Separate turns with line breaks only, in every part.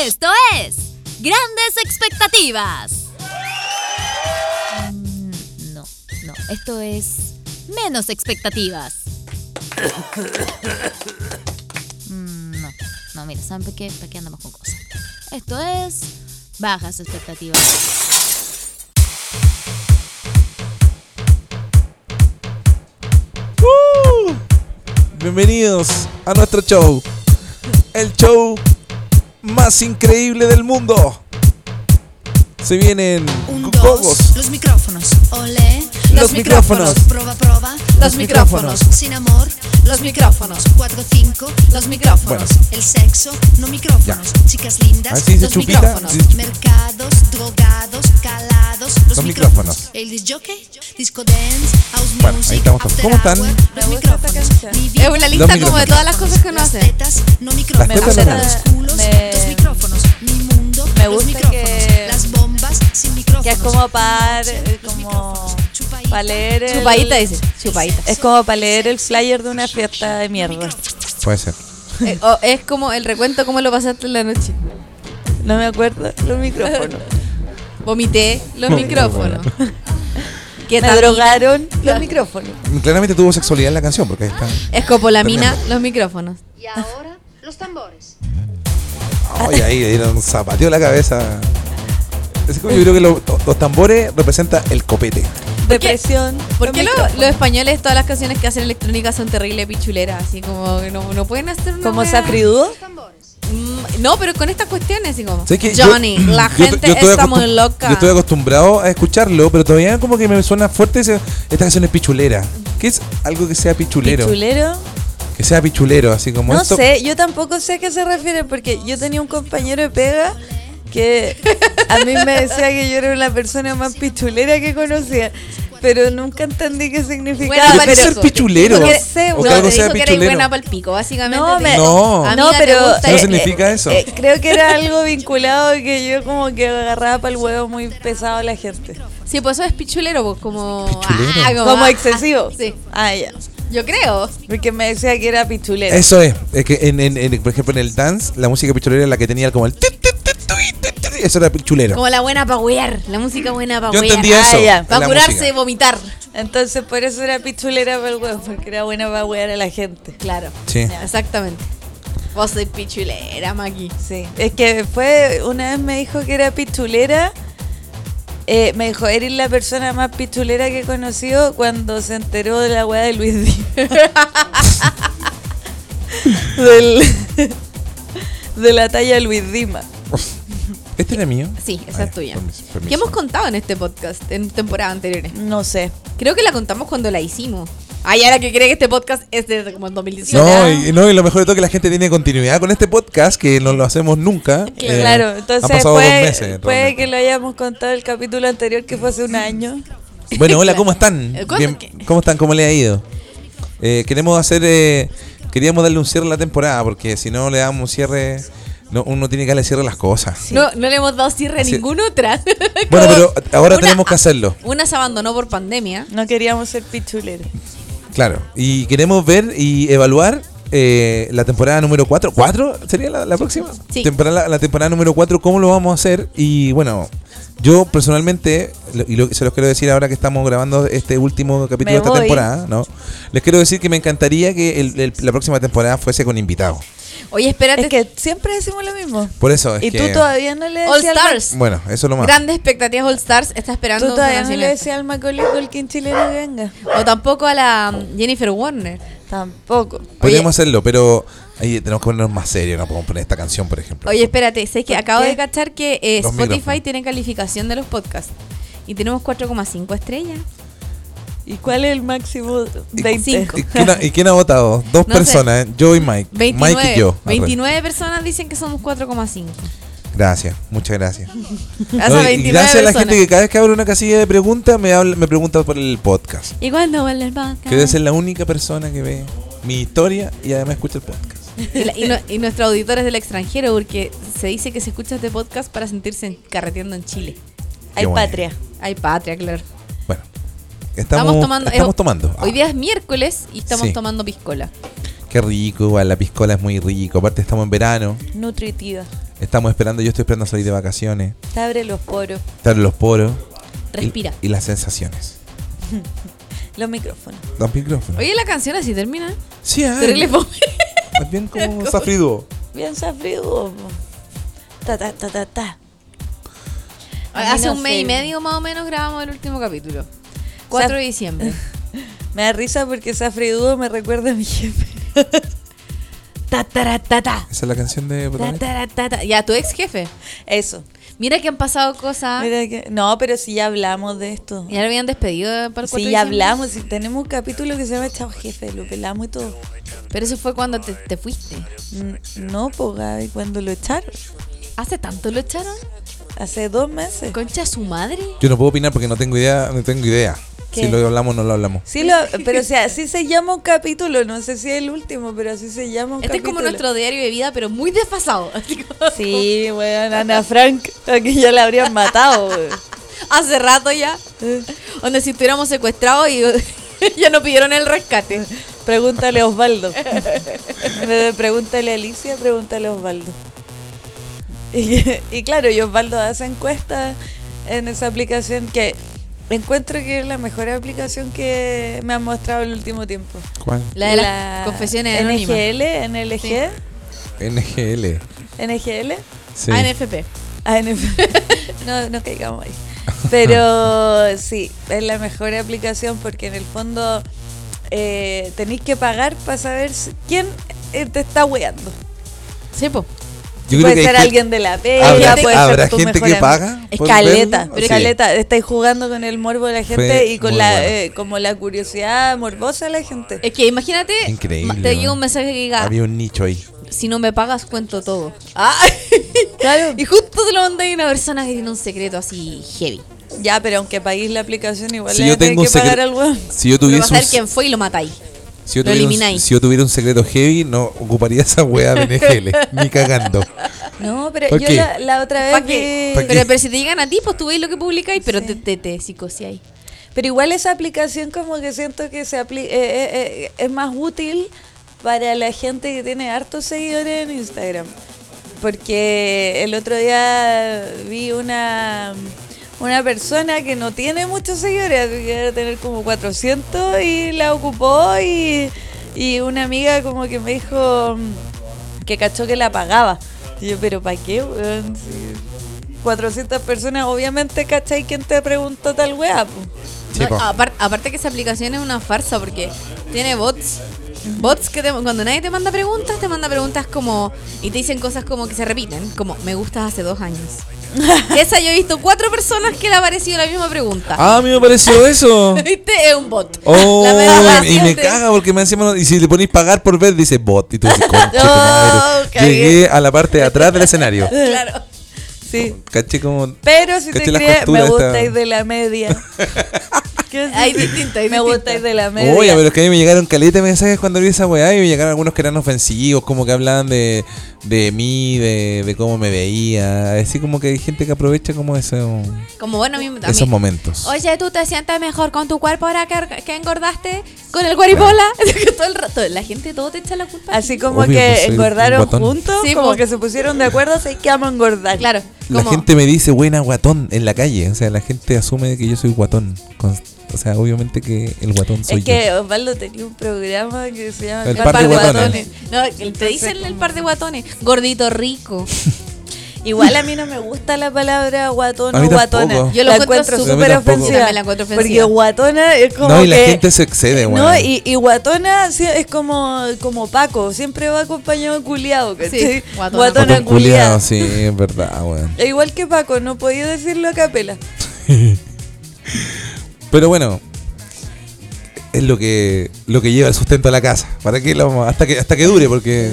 Esto es Grandes Expectativas. Mm, No, no, esto es Menos Expectativas. Mm, No, no, mira, ¿saben por qué? ¿Por qué andamos con cosas? Esto es Bajas Expectativas.
¡Uh! Bienvenidos a nuestro show. El show más increíble del mundo. Se vienen
Un,
gogos.
dos, los micrófonos. Ole.
Los micrófonos.
Prueba, prueba.
Los micrófonos.
Sin amor. Los micrófonos. Cuatro, cinco. Los micrófonos.
Bueno.
El sexo. No micrófonos. Chicas lindas.
Así se
los
chupita,
micrófonos.
así se chup-
Mercados, drogados, calados. Los,
Los micrófonos.
micrófonos. El disc jockey. Disco dance. House
Bueno, ahí
music.
estamos todos.
after
¿Cómo están?
hour,
Me
Los
gusta
micrófonos.
esta canción.
Living,
Es una
Los
lista como de todas las cosas que uno
las
hace.
tetas, no micrófonos.
tetas no.
los culos,
Me-
los micrófonos. Mi mundo,
Me
los
gusta
micrófonos.
que-
Las bombas sin micrófonos.
Que es como para
Los micrófonos.
Este, eh, como
Chupaíta.
para leer el-
Chupaíta, dice. Chupaíta.
Es como para leer el flyer de una fiesta de mierda.
Puede ser.
Eh, o es como el recuento, cómo lo pasaste en la noche.
No me acuerdo los micrófonos.
Vomité los
No,
micrófonos.
Que me
también-
drogaron los micrófonos.
Claramente tuvo sexualidad en la canción porque ahí está.
Escopolamina, los micrófonos.
Y ahora, los tambores.
Ay, ahí le dieron un zapateo a la cabeza. Es como yo creo que lo- los tambores representan el copete.
Depresión.
¿Por
los
qué lo-
micrófonos.
los españoles todas las canciones que hacen electrónicas son terrible pichuleras? Así como que no, no pueden hacer una
como
wea-
Sapridudo?
Mm, No, pero con estas cuestiones, así como.
¿Sabes qué? Yo-
Johnny, la
yo-
gente
yo estoy
está
acostum-
muy loca.
Yo estoy acostumbrado a escucharlo, pero todavía como que me suena fuerte ese- esta canción es pichulera. ¿Qué es algo que sea pichulero?
¿Pichulero?
Que sea pichulero, así como
No
esto.
sé, yo tampoco sé a qué se refiere porque yo tenía un compañero de pega que a mí me decía que yo era la persona más pichulera que conocía, pero nunca entendí qué significaba.
Buena
Puede
para
ser
eso.
pichulero.
No sé,
o que
No,
weón,
algo
te
sea
dijo que eres
pichulero.
buena pa'l pico, básicamente.
No,
te
me-
dijo,
No.
"Amiga,
No,
¿te
pero-
gusta
No
el-
significa eso.
Eh, creo que era algo vinculado que yo como que agarraba para el huevo muy pesado a la gente.
Sí, pues eso es pichulero, pues como.
Pichulero.
ah,
Como
ah,
excesivo.
ah, sí,
Ah, ya.
yo creo.
Porque me decía que era pichulero.
Eso es. Es que, en, en- en- por ejemplo, en el dance, la música pichulera es la que tenía como el. tit, tit, tit, tit, tit, tit. Eso era pichulero.
Como la buena pa' wear, la música buena pa'
Yo
wear.
entendí
ah,
eso.
ya.
en
Para
la
curarse,
música.
vomitar.
Entonces por eso era pichulera para el huevo, porque era buena para huear a la gente.
Claro.
Sí.
Exactamente. Vos sois pichulera, Maki.
Sí, es que después una vez me dijo que era pichulera. eh, me dijo, eres la persona más pichulera que he conocido cuando se enteró de la weá de Luis Díaz. Del- de la talla Luis Dima.
¿Este era mío?
Sí, esa
Ah,
es
ya,
tuya.
permiso, permiso.
¿Qué hemos contado en este podcast en temporadas anteriores?
No sé.
Creo que la contamos cuando la hicimos. Ay, ahora que cree que este podcast es de como el 2019.
No y, no, y lo mejor de todo es que la gente tiene continuidad con este podcast, que no lo hacemos nunca. Eh,
claro,
Han
entonces
pasado dos
puede,
meses.
puede
realmente.
que lo hayamos contado el capítulo anterior que fue hace un año.
Bueno, hola, ¿cómo están?
Eh, ¿cuándo
Bien,
qué?
¿Cómo están? ¿Cómo le ha ido? Eh, queremos hacer. eh, queríamos darle un cierre a la temporada, porque si no le damos un cierre. no, uno tiene que darle cierre a las cosas.
No, no le hemos dado cierre a
Sí.
ninguna otra.
Bueno, pero
Como
ahora
una-
tenemos que hacerlo.
Una se abandonó por pandemia.
No queríamos ser pichuleros.
Claro. Y queremos ver y evaluar eh, la temporada número 4. ¿Cuatro sería la, la próxima?
Sí.
Temporada- la temporada número 4, ¿cómo lo vamos a hacer? Y bueno, yo personalmente, lo- y lo- se los quiero decir ahora que estamos grabando este último capítulo
Me
de esta
voy.
temporada, ¿no? Les quiero decir que me encantaría que el- el- la próxima temporada fuese con invitados.
Oye, espérate.
Es que siempre decimos lo mismo.
Por eso es
Y
que...
tú todavía no le
este All
decías al
Stars.
Bueno, eso es lo más.
Grandes expectativas All Stars está esperando.
Tú
su
todavía no le
nacimiento.
decías al Macaulay Culkin chileno que venga.
O tampoco a la um, Jennifer Warner.
Tampoco.
Podríamos hacerlo, pero ahí tenemos que ponernos más serios, no podemos poner esta canción, por ejemplo.
Oye, espérate, sé que
¿Por
acabo
qué?
de cachar que eh,
Los
Spotify
micrófonos.
tiene calificación de los podcasts. Y tenemos 4,5 estrellas.
¿Y cuál es el máximo? 20.
Cinco.
¿Y quién, ha, y quién ha votado? Dos
No sé.
personas, ¿eh? yo y Mike.
29,
Mike y yo. al
29 personas dicen que somos 4,5.
revés. Gracias, muchas gracias.
Hace
No, y-
29
y gracias a la
personas.
gente que cada vez que abre una casilla de preguntas me, habla- me pregunta por el podcast.
¿Y cuándo vuelve el podcast?
Que debe ser la única persona que ve mi historia y además escucha el podcast.
Y, la- y no- y nuestros auditores del extranjero, porque se dice que se escucha este podcast para sentirse en- carreteando en Chile.
Hay
Qué bueno.
patria.
Ay, patria, claro.
Bueno, estamos, estamos tomando. eh,
eh, Hoy día es miércoles y estamos
Sí.
tomando piscola.
Qué rico, igual, la piscola es muy rico. Aparte estamos en verano,
Nutritiva.
estamos esperando, yo estoy esperando salir de vacaciones,
Te abre los poros,
estar en los poros. y-
Respira.
Y, las sensaciones.
los micrófonos.
Los micrófonos.
Oye, la canción así termina.
Sí, ah,
Terrible fome.
es bien como safrido.
Bien safrido. po. Ta, ta, ta, ta, ta. A mí
Hace
no
un mes
sé.
y medio más o menos grabamos el último capítulo. 4 de diciembre.
Me da risa porque safridudo me recuerda a mi jefe.
Ta, ta, ta, ta.
Esa es la canción de
Ta,
protagonista.
ta, ta, ta. Ya, tu ex jefe.
Eso.
Mira que han pasado cosas.
Ah. Mira que- no, pero si ya hablamos de esto.
Ya lo habían despedido para el 4 de
Si
diciembre.
ya hablamos, si tenemos un capítulo que se llama Chao Jefe, lo pelamos y todo.
Pero eso fue cuando te, te fuiste.
N- No, po, Gaby, cuando lo echaron.
¿Hace tanto lo echaron?
Hace dos meses.
¿Concha su madre?
Yo no puedo opinar porque no tengo idea, no tengo idea.
¿Qué?
Si lo hablamos no lo hablamos.
Sí, lo, pero o sea, así se llama un capítulo. No sé si es el último, pero así se llama un
Este es
capítulo.
como nuestro diario de vida, pero muy desfasado. Así como-
Sí, weón, Ana Frank. Aquí ya la habrían matado, weón.
Hace rato ya. Donde si estuviéramos secuestrados y ya nos pidieron el rescate.
Pregúntale a Osvaldo. En vez de Pregúntale a Alicia, pregúntale a Osvaldo. Y, y claro, y Osvaldo hace encuestas en esa aplicación que encuentro que es la mejor aplicación que me han mostrado el último tiempo.
¿Cuál?
La de las confesiones anónimas.
NGL, NLG,
NGL.
NGL,
Sí.
Ah,
ANFP.
ANF. Ah, No, no caigamos ahí. Pero sí, es la mejor aplicación porque en el fondo eh, tenéis que pagar para saber si- quién eh, te está weando.
Sí, po.
Yo
puede
hay
ser
gente-
alguien de la pega,
¿Habrá,
puede ser
habrá
tu
gente
mejor
que
amigo.
paga?
Es
por
caleta,
verlo?
pero
Sí.
caleta. Estáis jugando con el morbo de la gente
Fue
y con
muy
la,
bueno.
eh, como la curiosidad morbosa de la gente.
Es que imagínate,
Increíble.
te llega
¿no?
un mensaje que diga,
Había un nicho ahí.
si no me pagas cuento todo.
Ah,
Y justo te lo mandáis a una persona que tiene un secreto así heavy.
Ya, pero aunque paguéis la aplicación, igual
Si
le
yo
tenéis
tengo
que
un
pagar
secreto.
al weón.
Si yo
Pero va a
tuviese un,
saber quién fue y lo matáis.
si yo
lo
tuviera un-
elimináis.
si yo tuviera un secreto heavy, no ocuparía esa wea de NGL. ni cagando.
No, pero
¿Para
yo
qué?
la, la otra vez
¿Para qué?
vi-
¿Para qué?
Eh, Pero, pero si te llegan a ti, pues tú veis lo que publicáis, pero te, te, te psicoseáis.
Pero igual esa aplicación como que siento que se apli- eh, eh, eh, es más útil para la gente que tiene hartos seguidores en Instagram. Porque el otro día vi una, una persona que no tiene muchos seguidores, así que debe tener como 400 y la ocupó y, y una amiga como que me dijo mm, que cachó que la pagaba. Y yo, pero ¿para qué? weón? Si 400 personas, obviamente, ¿cachai? ¿Quién te preguntó tal weá? po?
Sí,
No,
po.
apar- aparte que esa aplicación es una farsa porque tiene bots. Bots que te- cuando nadie te manda preguntas, te manda preguntas como... Y te dicen cosas como que se repiten, como me gustas hace dos años. Esa yo he visto cuatro personas que le ha parecido la misma pregunta.
Ah, a mí me pareció eso.
¿Viste? Es un bot.
Ah. Oh,
La verdad,
y me
siente-
caga porque me encima no- y si le ponís pagar por ver dice bot y tú dices, "Conche tu madre".
Oh, cagué.
Llegué a la parte de atrás del escenario.
Claro.
Sí.
Caché como
Pero si te
Caché las
crees,
costuras
me
esta-
gustáis de la media. ¿Qué
Hay
decís?
distinto, hay
Me
distinto.
gustáis de la media.
Oye, pero es que a mí me llegaron caleta de mensajes cuando vi esa weá y me llegaron algunos que eran ofensivos, como que hablaban de, de mí, de, de cómo me veía. Así como que hay gente que aprovecha como eso,
Como bueno, a mí también.
esos momentos.
Oye, ¿tú te sientes mejor con tu cuerpo ahora que, que engordaste? ¿Con el guaribola? todo el rato. La gente todo te echa la culpa.
Así como
Obvio,
que
pues, soy
engordaron
un guatón.
juntos,
Sí,
como
po.
que se pusieron de acuerdo, así que vamos a engordar.
Claro.
La
como-
gente me dice buena guatón en la calle. O sea, la gente asume que yo soy guatón. Con- o sea, obviamente que el guatón soy
Es que Osvaldo tenía un programa que se llama
El par de guatones.
No, el- te dicen el par de guatones. Gordito rico.
Igual a mí no me gusta la palabra guatón
A mí
o guatona.
tampoco.
Yo lo
la
encuentro
encuentro
súper-
súper
A mí tampoco.
ofensiva.
También la encuentro
Porque
ofensiva.
guatona es
yo.
como
No, y la
que-
gente se excede, weón.
No, y, y guatona sí, es como, como Paco, siempre va acompañado de culiado, ¿cachai?
Sí, guatona.
guatona
Guatón culiao,
culiado.
sí, es verdad, weón.
E Igual que Paco, no podía decirlo a capela.
Pero bueno, es lo que lo que lleva el sustento a la casa. ¿Para qué lo vamos a- hasta que hasta que dure porque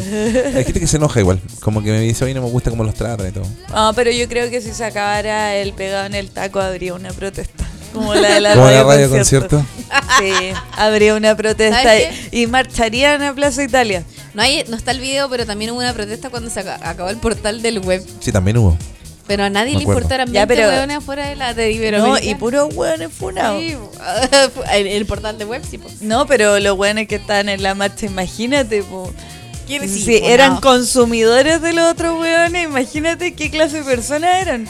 hay gente que se enoja igual, como que me dice, "Oye, no me gusta cómo los tratan y todo."
Ah, pero yo creo que si se acabara el pegado en el taco habría una protesta. Como la de la
Como
radio,
la radio
concierto. Sí, habría una protesta
¿Sabes
y, y marcharían a Plaza Italia.
No, hay, no está el video, pero también hubo una protesta cuando se aca- acabó el portal del web.
Sí, también hubo.
Pero a nadie
Me
le
acuerdo.
importaron
Ya,
20
pero-
hueones afuera de la de
No,
Iberoamérica.
y puros hueones funados.
Sí, el, el portal de web, sí, pues.
No, pero los hueones que estaban en la marcha, imagínate, po.
¿Quiénes sí,
si
po,
eran
no.
consumidores de los otros hueones, imagínate qué clase de personas eran.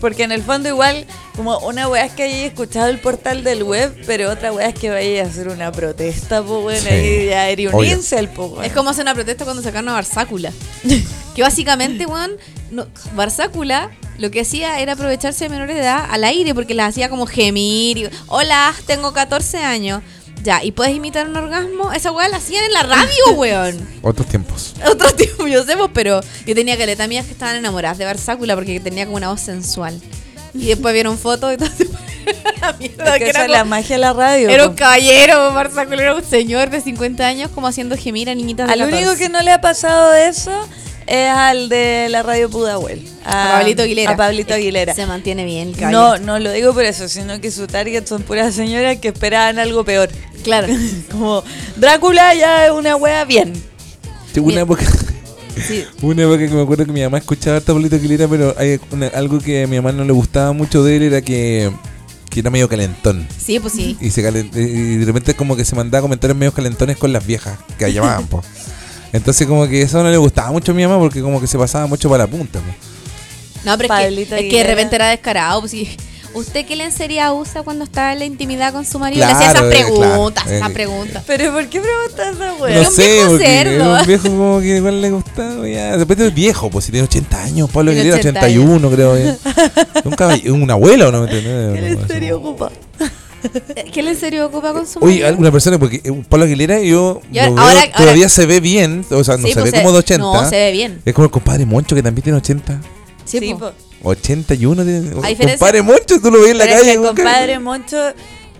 Porque en el fondo igual, como una weá es que hayas escuchado el portal del web, pero otra weá es que vayas a hacer una protesta, po, weón,
Sí,
ahí ya eres un
obvio.
incel, po, weón.
Es como hacer una protesta cuando sacaron a Barsácula. que básicamente, weón, no, Barsácula lo que hacía era aprovecharse de menores de edad al aire porque las hacía como gemir. y, Hola, tengo 14 años. Ya, y puedes imitar un orgasmo. Esa weá la hacían en la radio, weón.
Otros tiempos.
Otro tipo, yo sé, pues, pero yo tenía caleta mías que estaban enamoradas de Barsácula porque tenía como una voz sensual. Y después vieron fotos y todo. la mierda,
Porque
que era
esa es
como-
la magia de la radio.
era
po.
un caballero, Barsácula era un señor de 50 años como haciendo gemir a niñitas de
Al
14.
único que no le ha pasado eso es al de la radio Pudahuel.
A Pablito Aguilera.
A Pablito Aguilera.
Se mantiene bien,
No,
cabrón.
no lo digo por eso, sino que su target son puras señoras que esperaban algo peor.
claro.
Como Drácula ya es una wea bien.
Tuve una época.
Sí.
Una época que me acuerdo que mi mamá escuchaba harta Pablito Aguilera, pero hay una- algo que a mi mamá no le gustaba mucho de él era que, que era medio calentón.
Sí, pues sí.
Y, se calen- y de repente como que se mandaba comentarios medio calentones con las viejas que la llamaban, po. Entonces como que eso no le gustaba mucho a mi mamá porque como que se pasaba mucho para la punta, po.
No, pero es
Pablito
que, es que de
Aguilera.
repente era descarado. Pues sí. ¿Usted qué lencería usa cuando está en la intimidad con su marido?
Claro,
Le hacía esas
eh, claro,
preguntas,
eh.
esas preguntas.
Pero ¿por qué preguntas esa wea?
Era
No
un viejo
porque
cerdo.
era un viejo como que igual le gustaba. Ya. De repente es viejo, pues si tiene 80 años, Pablo
Tiene
Aguilera
80
81, creo. ya. Un, caball- un abuelo, ¿no? ¿Me entendés?
¿Qué le sería
Como-
ocupa?
¿Qué lencería ocupa con su
Oye,
marido?
alguna persona, porque eh, Pablo Aguilera yo
Y ahora-
lo veo,
ahora- ahora-
todavía se ve bien, o sea, no
Sí,
se
pues,
ve como de 80.
No, se ve bien.
Es como el compadre Moncho que también tiene 80.
Sí,
Sí,
po.
po.
81 tiene.
A diferencia-
Compadre Moncho, tú lo ves en la
Pero es
calle.
que,
weón,
compadre Moncho,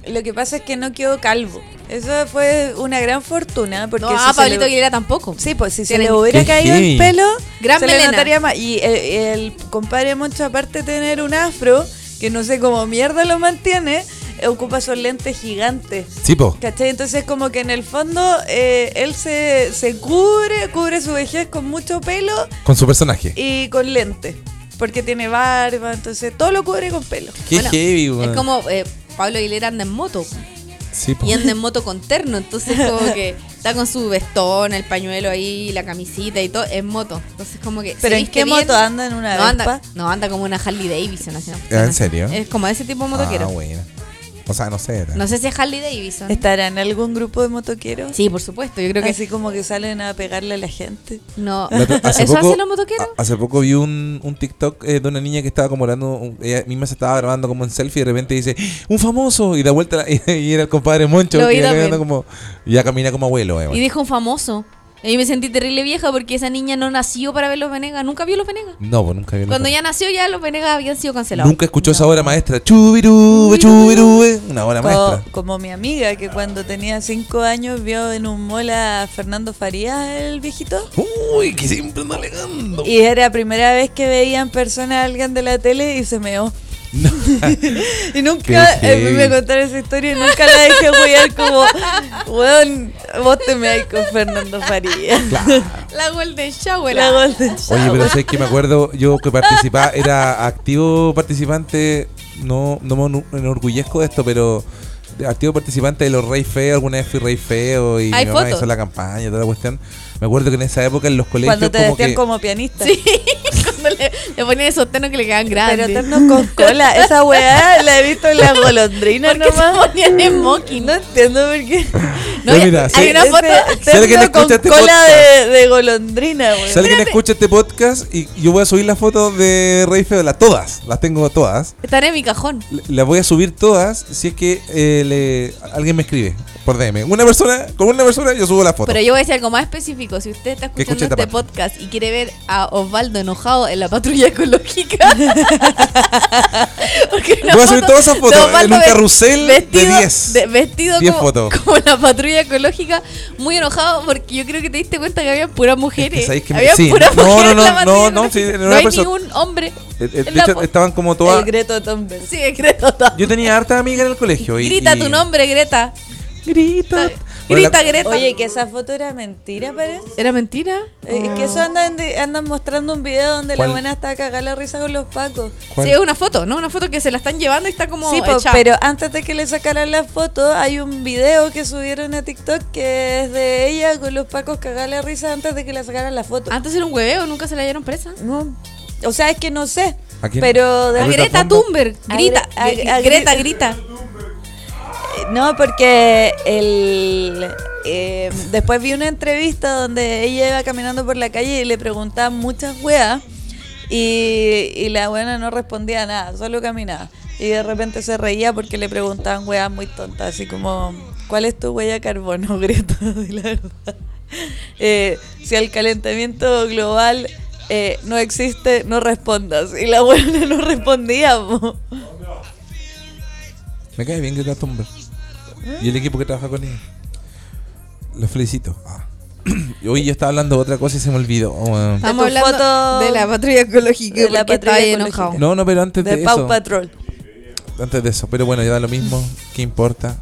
lo que pasa es que no quedó calvo. Eso fue una gran fortuna. Porque
No,
si
ah,
se
Pablito
le-
Aguilera tampoco.
Sí, pues si se
Tiene-
le hubiera
Qué
caído
heavy.
el pelo,
Gran
se
melena.
le notaría más. Y el, el compadre Moncho, aparte de tener un afro, que no sé cómo mierda lo mantiene, eh, ocupa esos lentes gigantes.
Sí, po.
¿Cachai? Entonces como que en el fondo eh, él se, se cubre, cubre su vejez con mucho pelo
Con su personaje.
y con lentes. Porque tiene barba, entonces todo lo cubre con pelo.
Qué
Bueno,
heavy,
Es
weón.
como eh, Pablo Aguilera anda en moto.
Sí, po.
Y anda en moto con terno. Entonces, como que está con su vestón, el pañuelo ahí, la camisita y todo, en moto. Entonces, como que. se
¿Pero en
viste
qué
bien.
moto anda en una
no anda,
Vespa?
no, anda como una Harley Davidson. así, ¿no?
Ah, ¿en serio?
Es como ese tipo de motoquero.
Ah, bueno. O sea, no sé. era-
no sé si es Harley Davidson.
¿Estará en algún grupo de motoqueros?
Sí, por supuesto. Yo creo que
Así como que salen a pegarle a la gente.
No.
Ah, La otra- hace
¿Eso
poco- Ah,
hacen los motoqueros?
a- hace poco vi un, un TikTok eh, de una niña que estaba como orando, un- ella misma se estaba grabando como en selfie y de repente dice, un famoso, y da vuelta la- y, era el compadre Moncho,
Lo
que
vi
ya,
también.
caminando como, ya camina como abuelo. eh,
Y
bueno.
dijo un famoso. Y ahí me sentí terrible vieja porque esa niña no nació para ver los Venegas. Nunca vio los Venegas.
no, pues nunca vi
Cuando ya nació, ya los Venegas habían sido cancelados.
Nunca escuchó esa obra maestra, chubirube, chubirube, una obra
Como,
maestra.
como mi amiga que cuando tenía cinco años vio en un mall a Fernando Farías, el viejito.
Uy, que siempre anda alegando.
Y era la primera vez que veía en persona a alguien de la tele y se meó.
No.
Y nunca,
Qué
a mí me
heavy.
contaron esa historia y nunca la dejé huear como, weón, vos te me con Fernando Farías.
La Golden Shower.
La Golden
Oye, pero sé que me acuerdo, yo que participaba, era activo participante, no, no me enu- enorgullezco de esto, pero de- activo participante de los Rey Feo, alguna vez fui Rey Feo y mi
Hay
mamá
fotos.
hizo la campaña y toda la cuestión. Me acuerdo que en esa época en los colegios
Cuando te
como
vestían
que...
como pianista.
Sí, cuando le, le ponían esos ternos que le quedaban
Pero
grandes.
ternos con cola, esa weá la he visto en las golondrinas
¿Por qué se
nomás.
ponían smoking?
No entiendo por qué.
Ya,
No, hay-
mira,
hay
sí.
una foto.
Si alguien
terno
escucha
con
este
cola
podcast.
de, de golondrina, weón.
Si alguien escucha este podcast y yo voy a subir las fotos de Rey Feo, las todas, las tengo todas,
Están en mi cajón.
l- las voy a subir todas si es que eh, le- alguien me escribe por DM. Una persona, con una persona yo subo las fotos.
Pero yo voy a decir algo más específico. Si usted está
Que escuche
escuchando
esta
este
parte.
podcast y quiere ver a Osvaldo enojado en la patrulla ecológica, porque una
Voy a
foto
subir todas esas
de
fotos en
Osvaldo
un
ve-
carrusel de
vestido-
10.
de- vestido
10
como,
fotos.
como la patrulla ecológica, muy enojado porque yo creo que te diste cuenta que había puras mujeres.
sabéis que me-
había
sí,
puras
no,
mujeres
no,
en la
no, no,
patrulla
no, sí,
ecológica.
era una
No hay
persona-
ni un hombre.
Eh, eh,
en
de
la
hecho,
foto.
estaban como
El
todas...
Greto Thunberg.
Sí, Greta.
Yo tenía harta amiga en el colegio. Y,
Grita
y-
tu nombre, Greta.
Grita. Bueno,
Grita
la-
Greta.
Oye, que esa foto era mentira, parece.
¿Era mentira?
Eh, es que eso andan, de- andan mostrando un video donde
¿Cuál?
la buena está a cagar la risa con los pacos.
¿Cuál?
Sí, es una foto, ¿no? Una foto que se la están llevando y está como
sí, po,
hecha.
pero antes de que le sacaran la foto, hay un video que subieron a TikTok que es de ella con los pacos cagar la risa antes de que le sacaran la foto.
Antes era un hueveo, nunca se la dieron presa.
No. O sea, es que no sé.
¿A quién?
Pero de-
¿A
A
Greta
Greta
Thunberg?
Thunberg.
A
Grita,
Gre- a-
gri-
a Gre-
Greta, grita.
No, porque el, eh, después vi una entrevista donde ella iba caminando por la calle y le preguntaban muchas weas y, y la buena no respondía nada, solo caminaba. Y de repente se reía porque le preguntaban weas muy tontas, así como, ¿cuál es tu huella de carbono, Greta? Y la verdad, eh, si el calentamiento global eh, no existe, no respondas. Y la buena no respondía. po.
Me cae bien Greta Thunberg. Y el equipo que trabaja con ella. Los felicito. Ah. Y Hoy yo estaba hablando de otra cosa y se me olvidó. Oh, bueno.
tu
Estamos hablando
foto-
de la patrulla ecológica
de la
porque
patrulla
estaba ahí
ecológica.
enojado.
No, no, pero antes de,
De
eso.
Pau Patrol.
antes de eso. Pero bueno, ya da lo mismo. ¿Qué importa?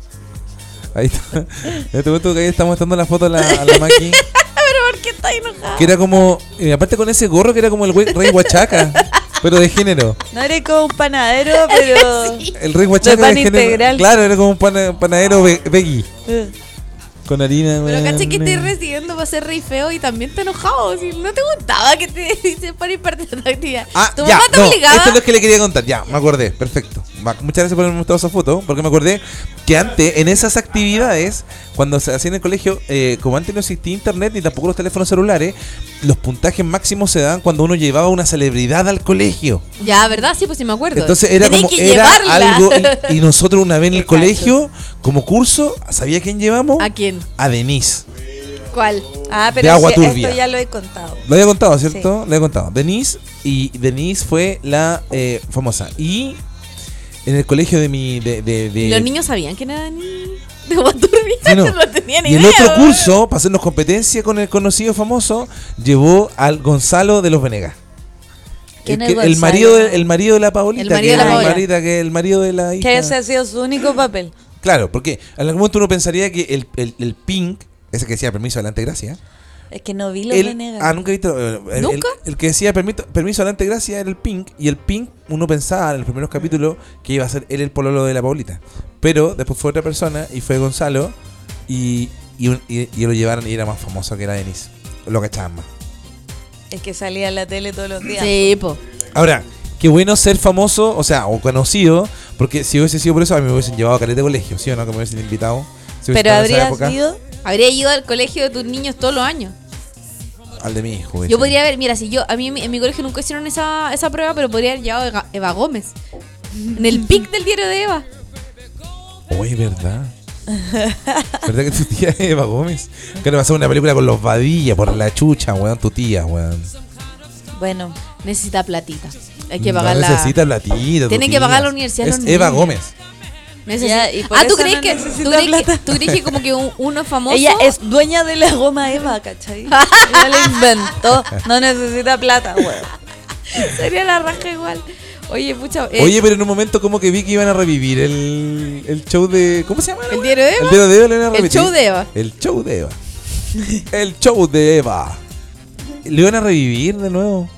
Ahí está. Yo te cuento que ahí estamos mostrando la foto a la, a la Maki.
Pero ¿por qué está enojado?
Que era como. Y aparte con ese gorro que era como el güey- rey Huachaca. Pero de género.
No eres como un panadero, pero.
El rey Huachaca
pan
género.
integral.
Claro, era como un pana- panadero ve- veggie. Con harina.
Pero caché que
te
estoy recibiendo va a ser rey feo y también te enojado. Si no te gustaba que te dicen para ir parte de la actividad.
Ah,
tu
ya,
mamá te
no,
obligaba.
esto es lo que le quería contar, ya, me acordé, perfecto. Va, Muchas gracias por haberme mostrado esa foto, porque me acordé que antes, en esas actividades, cuando se hacía en el colegio, eh, como antes no existía internet ni tampoco los teléfonos celulares, los puntajes máximos se daban cuando uno llevaba una celebridad al colegio.
Ya, ¿verdad? Sí, pues sí me acuerdo.
Entonces era
Tenía
como,
que
era
llevarla.
algo, y, y nosotros una vez en el
Qué cacho.
colegio, como curso, ¿sabía quién llevamos?
¿A quién?
A Denise.
¿Cuál?
Ah,
De
pero
agua
sí,
turbia.
esto ya lo he contado.
Lo había contado, ¿cierto? Lo había contado. Denise, y Denise fue la eh, famosa. Y en el colegio de mi. De, de- de-
¿Y los niños sabían que era Dani? De Guaturbi.
Eh, Sí, no.
no. tenían
y
idea.
el otro
weón.
curso, para hacernos competencia con el conocido famoso, llevó al Gonzalo de los Venegas.
¿Quién
el,
es
que- el
Gonzalo?
marido de, el marido de la Paulita,
El marido
que
de la
es
Paola.
Marita, que es el marido de la hija.
Que ese ha sido su único papel.
Claro, porque en algún momento uno pensaría que el, el, el Pink, ese que decía permiso adelante, gracias.
Es que no vi los
El-
Venegas.
ah, nunca he visto. eh, el- El,
¿Nunca?
el que decía permito- permiso adelante, gracias era el Pink. Y el Pink, uno pensaba en los primeros capítulos que iba a ser él el pololo de la Paulita. Pero después fue otra persona y fue Gonzalo. Y, y, un- y- y lo llevaron y era más famoso que era Denise. Lo cachaban más.
Es que salía en la tele todos los días.
Sí, po.
Ahora, qué bueno ser famoso, o sea, o conocido. Porque si hubiese sido por eso, a mí me hubiesen llevado a caleta de colegio, ¿sí o no? Que me hubiesen invitado. Si hubiese
Pero
estado en esa
habría
época,
sido.
Habría ido al colegio de tus niños todos los años.
Al de mi hijo.
Pues
hubiese
Yo podría haber, mira, si yo, a mí en mi- en mi colegio nunca hicieron esa, esa prueba, pero podría haber llegado Eva, Eva Gómez. En el pic del diario de Eva.
Oye, ¿verdad? ¿Verdad que tu tía es Eva Gómez? Que le pasó una película con los Badilla por la chucha, weón, tu tía, weón.
Bueno,
Necesita platita. Hay que
No
pagar la.
necesita platita. tu
Tiene que
tía.
pagar la universidad a
Es
los
Eva
niños.
Gómez.
Necesi-
Ya, y por
ah, ¿tú
eso
crees,
no
que,
necesita
¿tú, crees que,
plata.
tú crees que como que un- uno famoso.
ella es dueña de la goma Eva, ¿cachai? Ella la inventó. No necesita plata, weón.
Sería la raja igual. Oye, pucha. eh,
Oye, pero en un momento como que vi que iban a revivir el, el show de. ¿Cómo se llama?
El diario de Eva.
El diario de Eva lo iban a
El
revivir.
show de Eva.
El show de Eva. El show de Eva. ¿Lo iban a revivir de nuevo?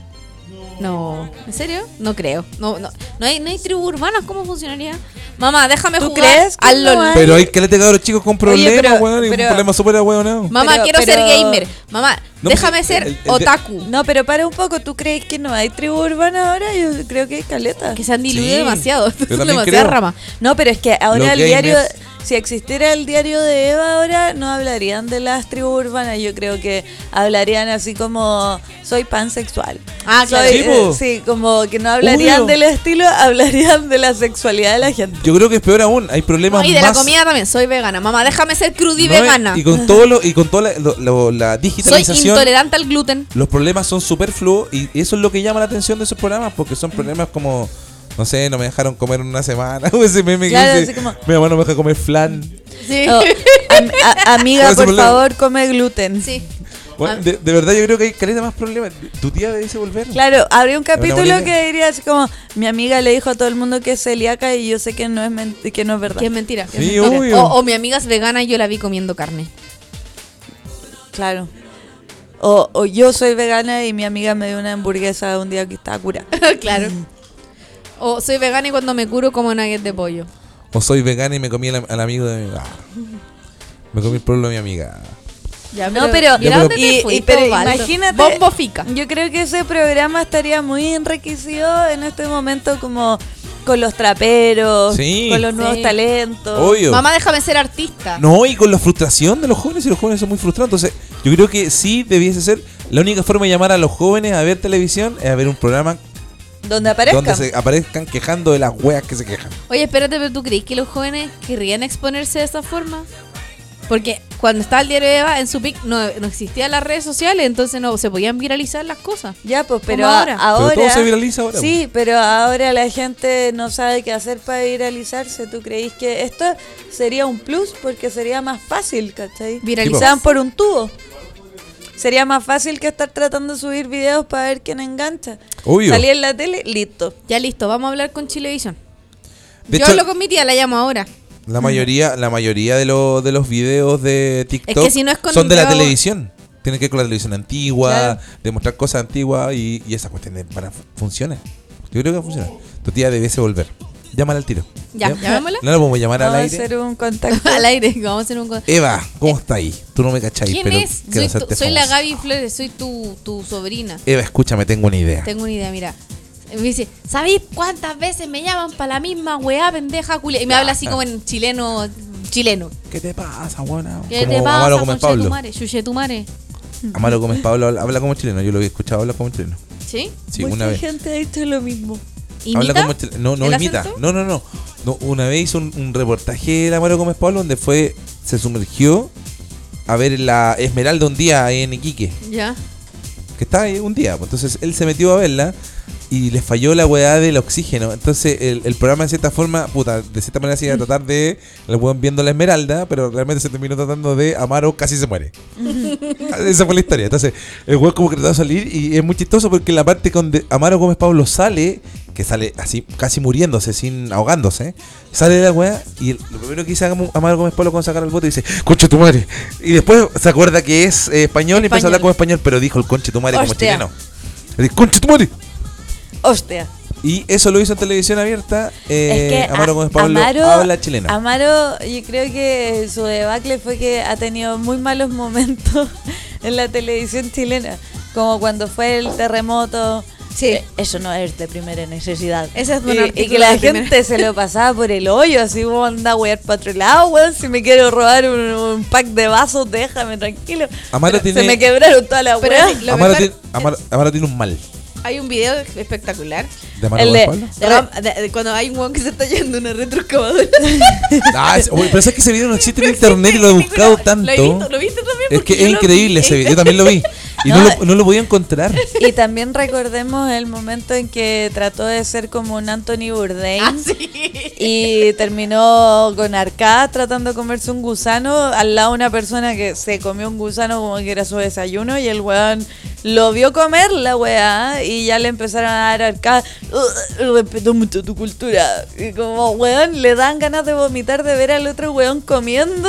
No. ¿En serio? No creo. No, no, no hay, no hay tribu urbana. ¿Cómo funcionaría? Mamá, déjame
¿Tú
jugar
crees que
al
no
LOL.
hay?
Pero hay que le los chicos con problemas,
pero-
weón. Y un
pero-
problema súper weón.
Mamá,
Pero-
quiero ser
pero-
gamer. Mamá,
No,
déjame
pues,
ser
el- el-
otaku.
No, pero para un poco, ¿tú crees que no hay tribu urbana ahora? Yo creo que hay caleta.
Que se han diluido
Sí,
demasiado.
yo
Esto es
también
demasiada
creo.
rama.
No, pero es que ahora
Los
el diario,
gamers.
si existiera el diario de Eva ahora, no hablarían de las tribus urbanas, yo creo que hablarían así como soy pansexual.
Ah, claro.
Soy,
Sí, po.
eh, sí, como que no hablarían
Obvio.
del estilo, hablarían de la sexualidad de la gente.
Yo creo que es peor aún. Hay problemas
No, y de la
más-
comida también. Soy vegana. Mamá, déjame ser crudi
No,
vegana.
Y con todo lo, y con toda la, lo- lo- la
Soy
digitalización,
intolerante al gluten.
los problemas son superfluos y eso es lo que llama la atención de esos programas porque son problemas como no sé, no me dejaron comer en una semana. o ese meme que
Claro,
dice,
así como-
mi mamá no me deja comer flan.
Sí.
No, am- a- amiga,
Ese
por
problema.
favor, come gluten.
Sí.
Ah.
Bueno, de, de verdad, yo creo que hay caleta más problemas. Tu tía dice volver.
Claro, habría un capítulo
buena idea.
que diría así como, mi amiga le dijo a todo el mundo que es celíaca y yo sé que no es, men- que no es verdad.
Que es mentira.
Sí,
Es mentira.
obvio.
O, o mi amiga es vegana y yo la vi comiendo carne.
Claro. O, o yo soy vegana y mi amiga me dio una hamburguesa un día que estaba curada.
claro. O soy vegana y cuando me curo como nuggets de pollo.
O soy vegana y me comí al, al amigo de mi amiga. Me comí el pueblo de mi amiga.
Ya,
No,
Ya,
pero,
¿y dónde
y-
te
y-
fuiste,
pero
Osvaldo?
imagínate,
Bombo fica.
yo creo que ese programa estaría muy enriquecido en este momento como con los traperos,
Sí.
con los nuevos
Sí.
talentos.
Obvio.
Mamá, déjame ser artista.
No, y con la frustración de los jóvenes, y los jóvenes son muy frustrados. Entonces, yo creo que sí debiese ser la única forma de llamar a los jóvenes a ver televisión es a ver un programa
donde aparezcan.
donde se aparezcan quejando de las weas que se quejan.
Oye, espérate, pero ¿tú crees que los jóvenes querrían exponerse de esa forma? Porque cuando estaba el diario de Eva, en su pic no, no existían las redes sociales, entonces no se podían viralizar las cosas.
Ya, pues, pero
Como
a-
ahora.
ahora.
Pero todo se viraliza ahora, pues.
Sí, pero ahora la gente no sabe qué hacer para viralizarse. ¿Tú creís que esto sería un plus? Porque sería más fácil, ¿cachai?
Viralizar.
Quizás por un tubo. Sería más fácil que estar tratando de subir videos para ver quién engancha.
Obvio.
Salí en la tele, listo.
Ya listo, vamos a hablar con Chilevisión.
De
Yo
hecho-
hablo con mi tía, la llamo ahora.
La mayoría, la mayoría de, los de los videos de TikTok
Es que si no es con
son de la
Bravo-
televisión. Tienen que ver con la televisión antigua,
Claro.
demostrar cosas antiguas y, y esas cuestiones van a fu- funcionan. Yo creo que funciona. Tu tía debiese volver. Llámala al tiro.
Ya,
¿Ya?
llamémosla.
No la podemos llamar al
Vamos a
aire.
hacer un contacto.
Al aire, vamos a hacer un... co-
Eva, ¿cómo está ahí? Tú no me cacháis,
¿Quién
pero
es?
quiero
Soy, tu-
hacerte
soy la
famoso.
Gaby Flores, soy tu, tu sobrina.
Eva, escúchame, tengo una idea.
Tengo una idea, mira. Me dice, ¿sabéis cuántas veces me llaman para la misma weá, pendeja, culia? Y me habla así como en chileno, chileno.
¿Qué te pasa, buena?
¿Qué
como
te pasa,
Amaro Gómez
concha de tu
Pablo.
madre? Xuxa de tu madre.
Amaro Gómez Pablo habla, habla como chileno. Yo lo había escuchado hablar como chileno.
¿Sí?
Sí,
Mucha
una vez.
gente ha dicho lo mismo.
¿Imita?
Habla como chile- No, no
el
imita.
acento?
No, no, no, No, Una vez hizo un, un reportaje de Amaro Gómez Pablo donde fue, se sumergió a ver la Esmeralda un día ahí en Iquique.
Ya.
Que estaba ahí un día. pues, Entonces él se metió a verla y le falló la weá del oxígeno. Entonces el, el programa de cierta forma, puta, de cierta manera se iba a tratar de el weón viendo la Esmeralda, pero realmente se terminó tratando de Amaro casi se muere. Esa fue la historia. Entonces, el weón como que trató de salir y es muy chistoso porque en la parte donde Amaro Gómez Pablo sale, que sale así casi muriéndose, sin ahogándose, sale de la weá y el- lo primero que dice Am- Amaro Gómez Pablo cuando sacar el bote dice, conche tu madre. Y después se acuerda que es eh, español y empieza a
Español.
hablar como español, pero dijo el conche tu madre como
Hostia.
chileno. Le dice, conche tu madre.
Hostia.
Y eso lo hizo en televisión abierta. eh,
Es que
Amaro
a-
Gómez Pablo
Amaro-
habla chileno.
Amaro, yo creo que su debacle fue que ha tenido muy malos momentos en la televisión chilena, como cuando fue el terremoto.
Sí.
Eh, Eso no es de primera necesidad.
Ese es un
Y- y,
artículo
que la
de primera.
gente se lo pasaba por el hoyo, así como anda wear para otro lado, weón. Si me quiero robar un, un pack de vasos, déjame tranquilo.
Amaro
Pero
tiene-
Se me quebraron todas las
Pero
weas.
sí, lo
Amaro,
mejor-
tiene, Amaro- Amaro tiene un mal
Hay un video espectacular.
de Amaro
El
Gómez
de-
Pablo.
de Ram- de- de cuando hay un weón que se está yendo una retroexcavadora.
Ah, es- oye, pero es que ese video no existe en internet y lo he buscado tanto.
Lo he visto, lo viste también.
es
porque
que
yo
es
lo
increíble
vi. eh.
ese video, yo también lo vi. Y no,
No.
lo, no lo podía encontrar.
Y también recordemos el momento en que trató de ser como un Anthony Bourdain.
Ah, sí.
Y terminó con arcadas tratando de comerse un gusano al lado de una persona que se comió un gusano como que era su desayuno y el weón lo vio comer la weá y ya le empezaron a dar arcadas. "Ugh, Respeto mucho tu cultura. Y como weón le dan ganas de vomitar de ver al otro weón comiendo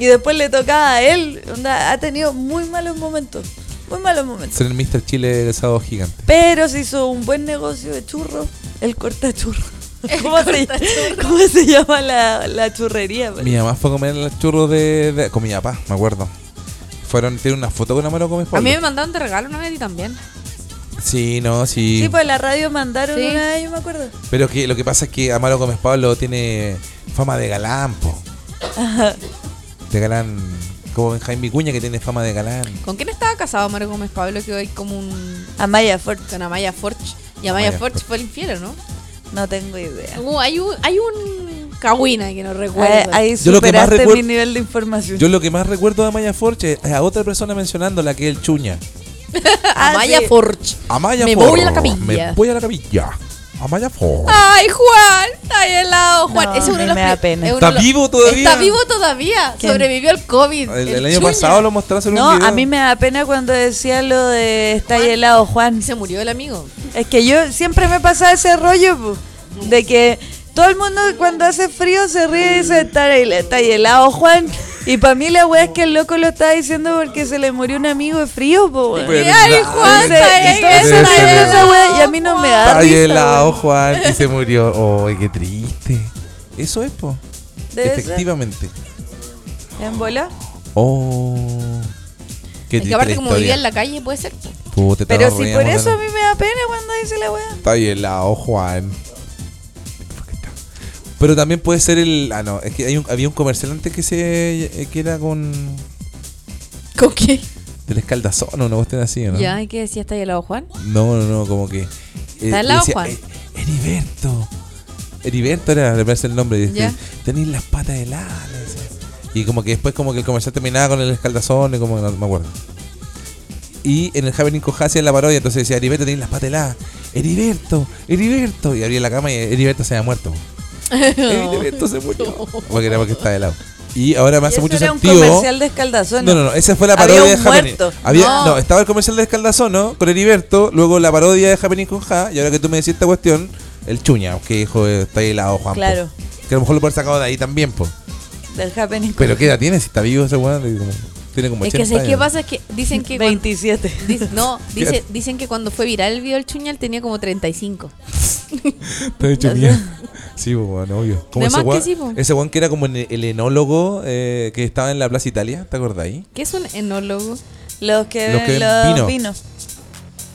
y después le tocaba a él. Onda, ha tenido muy malos momentos. Muy malos momentos.
Ser el Mr. Chile del sábado gigante.
Pero se hizo un buen negocio de churros, el cortachurro.
El
¿Cómo, se,
cortachurro.
¿Cómo se llama la, la churrería?
Mi mamá fue a comer los churros de, de- con mi papá, me acuerdo. Fueron, tienen una foto con Amaro Gómez
A
Pablo.
mí me mandaron de regalo una vez y también.
Sí, no, sí.
Sí, pues la radio mandaron
Sí.
una, yo me acuerdo.
Pero que lo que pasa es que Amaro Gómez Pablo tiene fama de galán, po. De galán, como Benjamín Vicuña que tiene fama de galán.
¿Con quién estaba casado Mario Gómez Pablo? Que hoy como un.
Amaya Fort,
con Amaya Forge. Y Amaya
Amaya
Forge
Forge.
fue el infierno, ¿no?
no tengo idea.
Uh, hay un. Hay un. Cahuina que no recuerdo.
Ahí, ahí
Yo lo que más
superaste
recuer-
mi nivel de información.
Yo lo que más recuerdo de Amaya Forche es a otra persona mencionándola, que es el Chuña.
Ah,
Amaya
sí.
Forge.
Amaya
Me
Forro,
voy a la capilla. Ah,
Me voy a la capilla. Amaya Ford.
Ay, Juan, está ahí al lado. Juan,
No,
es uno
a
de
mí
los
me da
pri-
pena.
es uno
¿Está
de los-
vivo todavía?
Está vivo todavía.
¿Quién?
Sobrevivió al COVID.
El, el año
Chuña.
pasado lo mostraste en un
No,
video.
a mí me da pena cuando decía lo de está ahí helado Juan.
Se murió el amigo.
Es que yo siempre me pasa ese rollo pu, de que todo el mundo cuando hace frío se ríe y dice está, ahí- está ahí helado Juan. Y para mí la weá es que el loco lo estaba diciendo porque se le murió un amigo de frío, po, weón.
Pues,
Ay,
la-
Juan,
Entonces,
está ahí,
entonces,
está
Entonces,
ahí
se-
helado.
esa weá, y a mí no me da
Está ahí
risa,
helado,
weón.
Juan, y se murió. ¡Ay, qué triste! Eso es, po.
Debe ser.
Efectivamente.
¿En bola?
¡Oh! Qué
Es
triste
que aparte
la
como vivía en
historia.
la calle, puede ser.
Puta,
Pero
estamos
si
riendo
por
de
eso
la-
a mí me da pena cuando dice la weá.
Está ahí helado, Juan. ¿Por qué está? Pero también puede ser el. Ah, no, es que hay un- había un comercial antes que se. eh, que era con.
¿Con qué?
del escaldazón, una cuestión así, ¿no?
Ya, ¿y qué decía? ¿Está ahí al lado, Juan?
No, no, no, como que. eh,
Está al lado,
decía,
Juan.
"Eh, Heriberto. Heriberto era, me parece el nombre. y decía,
Ya.
Tenéis las patas heladas. le decía. Y como que después, como que el comercial terminaba con el escaldazón, y como que no me acuerdo. Y en el Javier Nico en la parodia, entonces decía, Heriberto, tenéis las patas heladas. Heriberto, Heriberto. Y abría la cama y Heriberto se había muerto. Heriberto se murió. Porque era porque estaba helado. Y ahora me hace
Eso
mucho
era
sentido.
un comercial de escaldazones.
No, no, no, esa fue la
Había
parodia
un
de Happening.
muerto.
Había, no.
No.
estaba el comercial de Escaldazono con Heriberto, luego la parodia de Happening con Ja, y ahora que tú me decís esta cuestión, el chuña, que dijo, eh, está ahí helado, Juan. po.
Claro.
Que a lo mejor lo puedes sacado de ahí también, po.
Del happening.
Pero ¿qué edad tiene? Si está vivo ese weón, de como- tiene como
Es que
80
¿sabes qué
años.
pasa? Es que dicen que... cuan-
27.
dic- no, dice-
¿Qué?
dicen que cuando fue viral el video del Chuñal tenía como 35.
Está hecho mierda. Sí, po, weón, obvio. Como
De
ese
más que
weón,
sí, po.
ese weón que era como en- el enólogo eh, que estaba en la Plaza Italia, ¿te acordáis?
¿Qué es un enólogo?
Los que
Los que ven
ven los
vino.
vinos.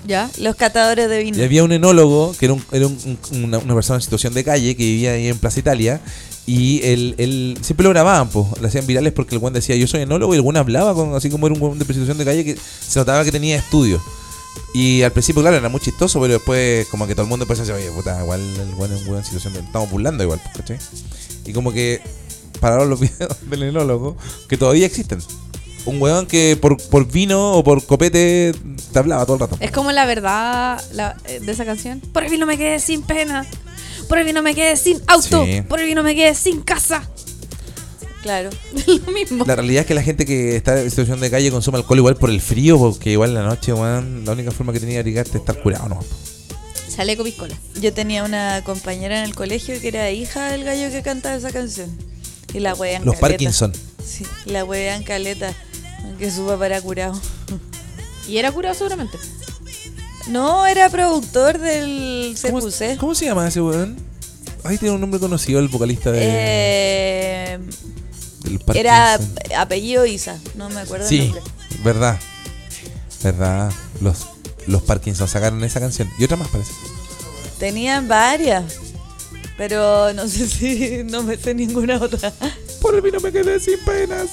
¿Ya?
Los catadores de
Y
vino.
había un enólogo que era, un- era un- un- una, una persona en situación de calle que vivía ahí en Plaza Italia. Y él, él- siempre lo grababan, pues, lo hacían virales porque el weón decía yo soy enólogo y el weón hablaba con, así como era un weón de situación de calle que se notaba que tenía estudio. Y al principio, claro, era muy chistoso, pero después como que todo el mundo empezó a decir, oye, puta, igual el weón es un weón en situación de... Estamos burlando igual, pues, ¿cachai? Y como que pararon los videos del enólogo que todavía existen. Un weón que por, por vino o por copete te hablaba todo el rato.
Es como la verdad la- eh, de esa canción. Por el no me quedé sin pena. Por el no me quedé sin auto.
Sí.
Por el no me quedé sin casa.
Claro.
Lo mismo.
La realidad es que la gente que está en situación de calle consume alcohol igual por el frío, porque igual en la noche, weón, la única forma que tenía de abrigarte es estar curado, ¿no?
Chaleco piscola.
Yo tenía una compañera en el colegio que era hija del gallo que cantaba esa canción. Y la huean
Los
caleta.
Parkinson.
Sí, la huean caleta. Que su papá era curado.
Y era curado seguramente.
No, era productor del CQC.
¿Cómo se llama ese weón? Ahí tiene un nombre conocido el vocalista de,
Eh,
del Parkinson.
era apellido Isa, no me acuerdo el
Sí,
nombre.
verdad. Verdad. Los, los Parkinson sacaron esa canción. Y otra más parece.
Tenían varias, pero no sé si no me sé ninguna otra.
Por mí no me quedé sin penas.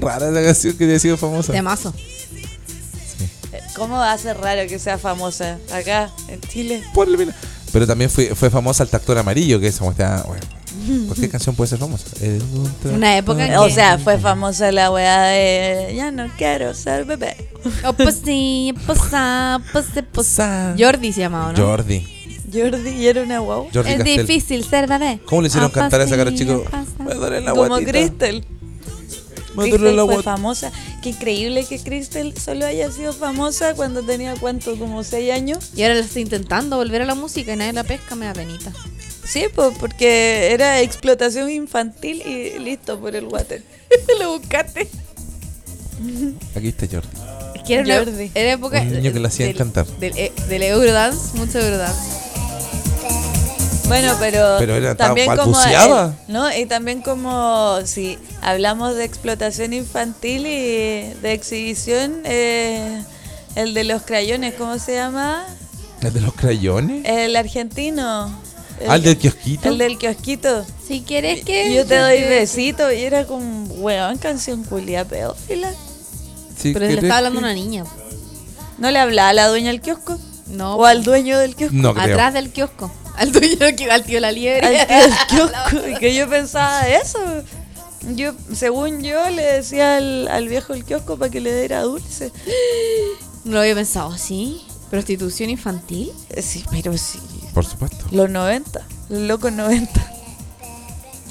Rara esa canción que había sido famosa.
De mazo.
¿Cómo va a ser raro que sea famosa acá en Chile?
Por el vino. Pero también fue, fue famosa el tractor amarillo, que es como está. Bueno, cualquier canción puede ser famosa. Eh, El-
Una época en
O sea, fue famosa la weá de ya no quiero ser bebé.
Oh, pues sí, pues ah, pues sí, pues.
Sa-
Jordi se llamaba, ¿no?
Jordi.
Jordi y era una guau.
Jordi
es
Castel.
difícil ser bebé.
¿Cómo le hicieron
Ah,
cantar a esa cara,
sí,
chico?
pasa.
Me duele la
Como
guatita.
Crystal.
Me duele
Crystal
la
fue
guatita.
famosa. Qué increíble que Crystal solo haya sido famosa cuando tenía cuánto, como 6 años.
Y ahora la está intentando volver a la música y nadie la pesca, me da penita.
Sí, pues porque era explotación infantil y listo por el water.
Lo buscaste.
Aquí está Jordi.
Es que era, una-
Jordi.
era época.
Un niño que la hacían
del-
cantar.
Del, eh, del Eurodance, mucho Eurodance.
Bueno, pero,
Pero era tan
también como
balbuceada.
el- ¿no? Y también como si hablamos de explotación infantil y de exhibición, eh, el de los crayones, ¿cómo se llama?
¿El de los
Eh,
crayones?
El argentino.
Ah, ¿el del kiosquito?
El del kiosquito.
Si quieres que.
Yo te doy besito y era como, weón, canción culia pedófila.
Sí,
Pero le
¿querés?
estaba hablando a una niña.
¿No le hablaba a la dueña del kiosco?
No.
¿O al dueño del kiosco?
No creo.
Atrás del kiosco. Al dueño del kiosco, al tío la liebre.
al tío del kiosco, y que yo pensaba eso. Yo, según yo, le decía al, al viejo del kiosco para que le diera dulce.
No lo había pensado, ¿sí? ¿Prostitución infantil?
Eh, Sí, pero sí.
Por supuesto.
Los 90, los locos 90.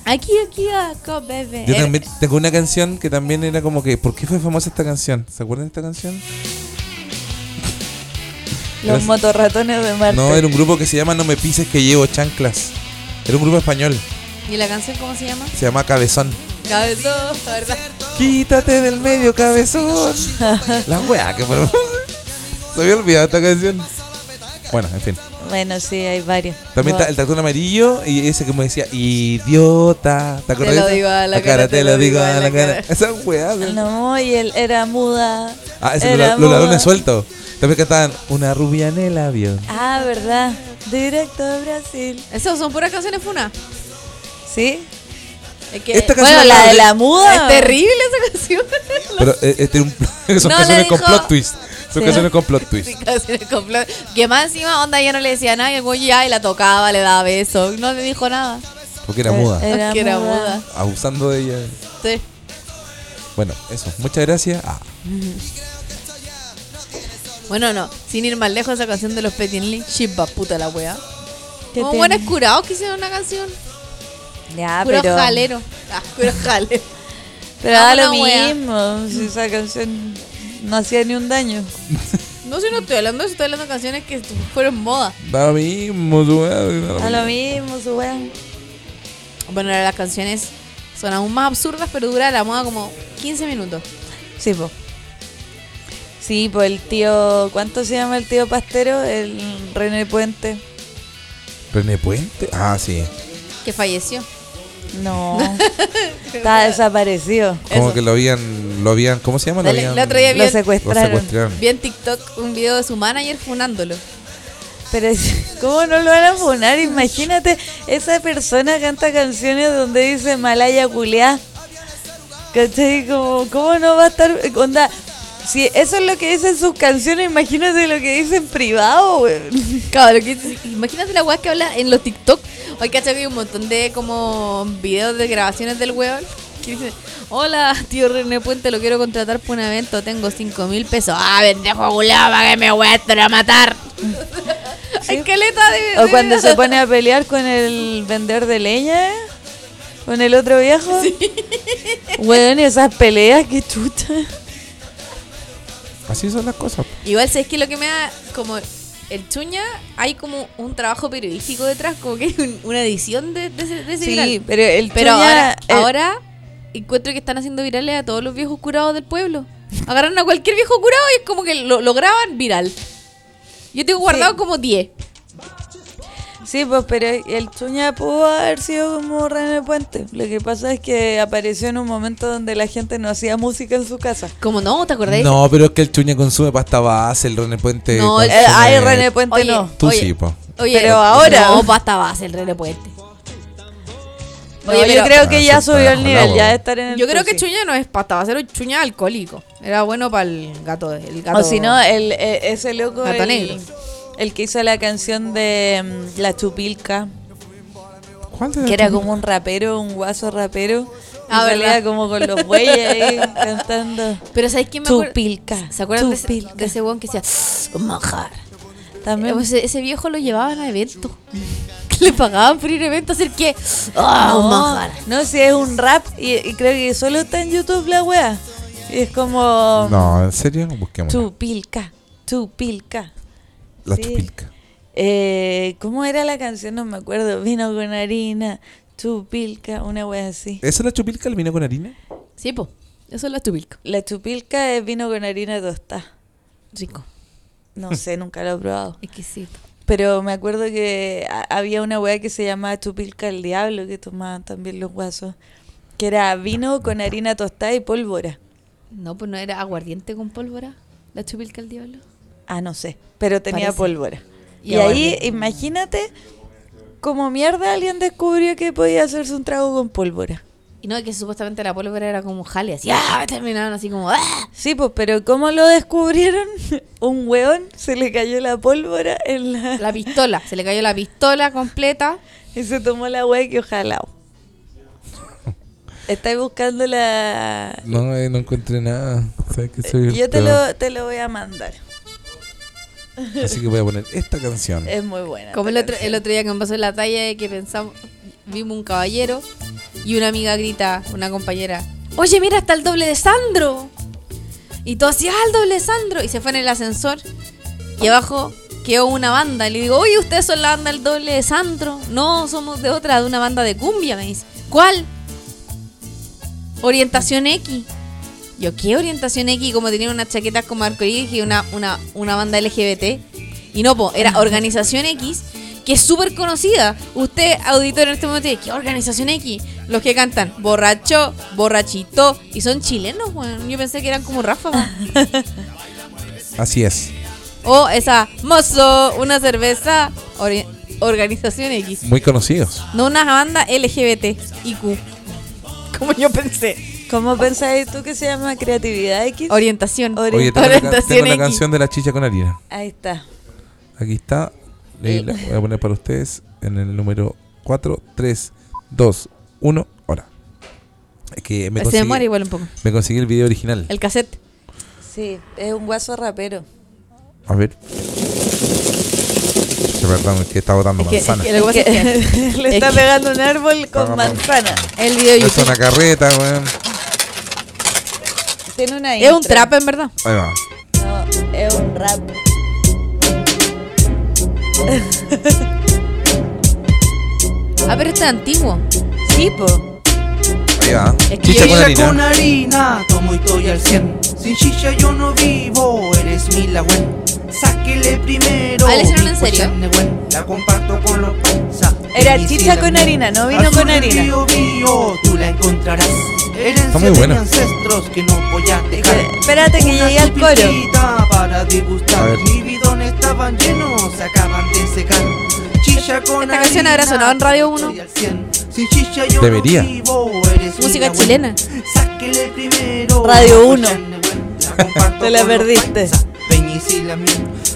Aquí, aquí, acá, bebé.
Yo también tengo una canción que también era como que, ¿por qué fue famosa esta canción? ¿Se acuerdan de esta canción?
Los
Gracias.
motorratones de Marte.
No, era un grupo que se llama No me pises que llevo chanclas. Era un grupo español,
¿Y la canción cómo se llama?
se llama Cabezón.
Cabezón, ¿verdad?
Quítate del medio, cabezón. La weá que fueron. Se había olvidado esta canción. Bueno, en fin.
Bueno, sí, hay varios.
También está el tacón amarillo y ese que me decía, idiota. ¿Te acuerdas?
lo
de esa?
digo a la cara,
te lo digo a la cara. Esa weá. de-
No, y él era muda.
Ah, ese
era
los los
muda.
ladrones sueltos. También cantaban una rubia en el avión.
Ah, verdad. Directo a Brasil.
Esas son puras canciones funa.
¿Sí?
Es que-
Esta canción
Bueno, la de la
Es
muda.
terrible esa canción.
Pero eh, este, un- son
No, le
canciones con
dijo-
plot twist. Son
Sí.
canciones con plot twist.
Canciones con flor. Que más encima, onda, ya no le decía nada. Y el güey ya y la tocaba, le daba besos. No le dijo nada.
Porque era muda.
Eh, Era
que era
muda.
muda.
Abusando de ella.
Sí.
Bueno, eso. Muchas gracias. Ah,
Bueno, no. Sin ir más lejos, esa canción de los Petty Link. Chimba, puta la wea.
¿Qué
Como
tiene?
buenos curados que hicieron una canción.
Ya,
Puro
pero.
jalero. Ah, puro jalero.
Pero da
Una
lo
wea.
mismo. Si esa canción no hacía ni un daño.
No sé, no estoy hablando, estoy hablando de canciones que fueron moda.
da lo mismo, su weá, da lo
Da lo
mismo.
mismo, su weón.
Bueno, ahora las canciones son aún más absurdas, pero dura la moda como 15 minutos.
Sí, po. Sí, po, el tío. ¿Cuánto se llama el tío pastero? El René Puente.
René Puente. Ah, sí.
Que falleció.
No. Está desaparecido.
Como
Eso.
que lo habían, lo habían, ¿cómo se llama? Lo
Dale,
habían-
el otro día
Lo
bien.
lo
secuestraron.
secuestraron.
Vi en TikTok un video de su manager funándolo.
Pero es- ¿cómo no lo van a funar? Imagínate, esa persona canta canciones donde dice Malaya culiá. ¿Cachai? Como, ¿Cómo no va a estar? Onda, si eso es lo que dicen sus canciones, imagínate lo que dicen privado, weón.
Cabrón, que- imagínate la weá que habla en los TikTok. Hoy cacho que hay un montón de como videos de grabaciones del weón. Que dice, hola, tío René Puente, lo quiero contratar para un evento, tengo 5 mil pesos. Ah, pendejo culiao, para que me weá te lo va a matar. Hay caleta de...
O
de-
cuando se pone a pelear con el vendedor de leña, con el otro viejo. Weón, esas peleas, qué chuta.
Así son las cosas.
Igual, ¿sabes que Lo que me da como el chuña, hay como un trabajo periodístico detrás, como que hay un- una edición de, de ese, de ese viral.
Sí, pero el
Pero
Chuña,
ahora,
el-
ahora encuentro que están haciendo virales a todos los viejos curados del pueblo. Agarran a cualquier viejo curado y es como que lo, lo graban viral. Yo tengo guardado como 10.
Sí, pues, pero el Chuña pudo haber sido como René Puente. Lo que pasa es que apareció en un momento donde la gente no hacía música en su casa.
Como no, ¿te acordáis?
No, pero es que el chuña consume pasta base, el René Puente.
No,
consume-
el-
Eh, ay, René Puente
Oye,
no.
Tú
oye,
sí, po.
oye,
Pero ahora-
No, pasta base el René Puente.
Oye,
Oye,
yo
pero-
creo
Ah,
que ya
eso
subió
está bajo
el
el
nivel,
agua.
ya de estar en el.
Yo creo que
Tusi.
Chuña no es pasta base, era un Chuña alcohólico. Era bueno para el gato. El gato
O si no, el, e- ese loco.
Gato
el-
negro.
El que hizo la canción de mm, La Chupilca,
¿Cuál de
que era
las-
como un rapero, un guaso rapero. Y
Ah,
salía
¿verdad?
como con los bueyes ahí cantando.
Pero ¿sabes quién me acuerdo?
Chupilca.
¿Se acuerdan de ese,
Chupilca.
de ese weón que decía "Un manjar?
También.
Ese, ese viejo lo llevaban a eventos. Que le pagaban por ir a eventos. Hacer que. ¡Ah,
No,
un manjar!
no, si es un rap y, y creo que solo está en YouTube la wea. Y es como
No, en serio, busquemos.
Chupilca, Chupilca.
La
sí.
chupilca.
Eh, ¿Cómo era la canción? No me acuerdo. Vino con harina, Chupilca, una wea así.
¿Esa es la chupilca, el vino con harina?
Sí, po. Eso es la chubilca.
La Chupilca es vino con harina tostada.
Rico.
No sé, nunca lo he probado.
Exquisito.
Pero me acuerdo que ha- había una wea que se llamaba Chupilca el Diablo, que tomaban también los guasos. Que era vino con harina tostada y pólvora.
No, pues no era aguardiente con pólvora. La chubilca al diablo.
Ah, no sé, pero tenía
Parece.
pólvora.
Y
Y, ahí,
aguardiente.
imagínate, como mierda alguien descubrió que podía hacerse un trago con pólvora.
Y no, que supuestamente la pólvora era como jale. Así. ¡Ah! Terminaban así como. ¡Ah!
Sí, pues, pero ¿cómo lo descubrieron? un weón se le cayó la pólvora en la...
La pistola. Se le cayó la pistola completa.
y se tomó la weá que ojalá. Estáis buscando la...
No, eh, no encontré nada. ¿Sabes qué soy el
Yo te
peor.
lo, Eh. te lo voy a mandar.
Así que voy a poner esta canción.
Es muy buena.
Como el
esta
otro, el otro día que me pasó la talla de que pensamos, vimos un caballero y una amiga grita, una compañera, oye, mira, está el doble de Sandro. Y todo así, ah, el doble de Sandro. Y se fue en el ascensor y abajo quedó una banda. Y le digo, oye, ustedes son la banda del doble de Sandro. No, somos de otra, de una banda de cumbia, me dice. ¿Cuál? Orientación X. Yo, ¿qué orientación X? Como tenían unas chaquetas como arcoíris y una, una, una banda LGBT. Y no, po, era Organización X, que es súper conocida. Usted, auditor en este momento, dice, ¿qué Organización X? Los que cantan borracho, borrachito, y son chilenos, weón. Yo pensé que eran como Rafa, weón.
Así es.
O esa, mozo, una cerveza, ori- Organización X.
Muy conocidos.
No una banda LGBT, IQ. Como yo pensé.
canción. ¿Cómo pensáis tú que se llama Creatividad X?
Orientación.
Ori-
Oye, tengo, la, ca-
Orientación
tengo la
X.
canción de la chicha con harina.
Ahí está.
Aquí está. Le- la voy a poner para ustedes en el número 4, 3, 2, 1. Ahora. Es que me
Se
conseguí,
demora igual un poco.
me conseguí el video original.
El cassette.
Sí, es un guaso rapero.
A ver. Sí, Perdón, es que está botando
Es que, es
manzana.
que lo que pasa es que-
Le
es
está
que-
pegando un árbol con
Vamos.
manzana.
el video de
Es
YouTube.
una carreta, weón.
Tiene una
Es un
intro.
trap, en verdad.
Ahí va.
No, es un rap.
Ah, pero este es antiguo.
Sí, po.
Ahí va.
que
Chicha
yo
con
Chicha con
harina.
harina, tomo y estoy al 100. Sin chicha yo no vivo, eres mi lagüen. Sáquele primero.
Ah, ¿le hicieron en serio?
mi cuestión de buen. La comparto con los panza.
Era
Y si
chicha
la
con
miel
harina, no vino
azul
con
del
harina.
río Bío, tú la encontrarás. Herencia
muy
de
buena.
mis ancestros que no voy a dejar.
Eh, espérate que
Una
llegué al coro.
chipita Para
A
degustar.
ver.
Mis bidones estaban llenos, se acaban de secar. Chicha con
Esta canción habrá
harina,
sonado en Radio
tomo y
1.
estoy al 100. Sin chicha yo no
Debería.
vivo, eres mi
Música
lagüen.
chilena.
Sáquele primero.
Radio Uno. Te
Te
la perdiste.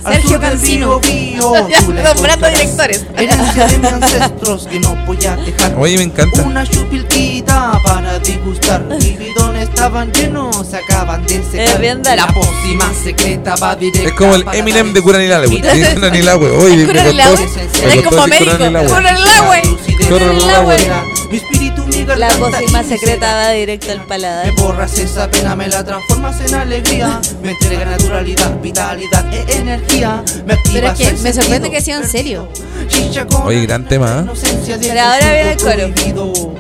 Sergio Cancino. Nombrando directores.
Herencia de mis ancestros que no voy a dejar.
Oye, me encanta.
Una chupilquita para degustar. Mis bidones estaban llenos, se acaban de secar.
Eh, bien, dale.
La pócima secreta va directa.
Es como el
para
Eminem
la
de Curanilagüe.
Mira,
De Curanilagüe. Oye,
¿Es
me costó-
Curanilagüe?
me
Es
costó
como
decir
médico.
Curanilagüe.
Curanilagüe.
lucidez
Curanilagüe.
de la madera. Mi espíritu, mi
La
garganta
pócima
sincera.
secreta va directo al
Me
paladar.
borras esa pena, me la transformas en alegría. Me entrega naturalidad, vitalidad e energía. Me
Pero es
activas
que
el
me sorprende
sentido
que sea en serio.
Chicha con
Oye, gran tema, ¿eh?
inocencia de
Pero ahora viene el
fruto
coro.
prohibido.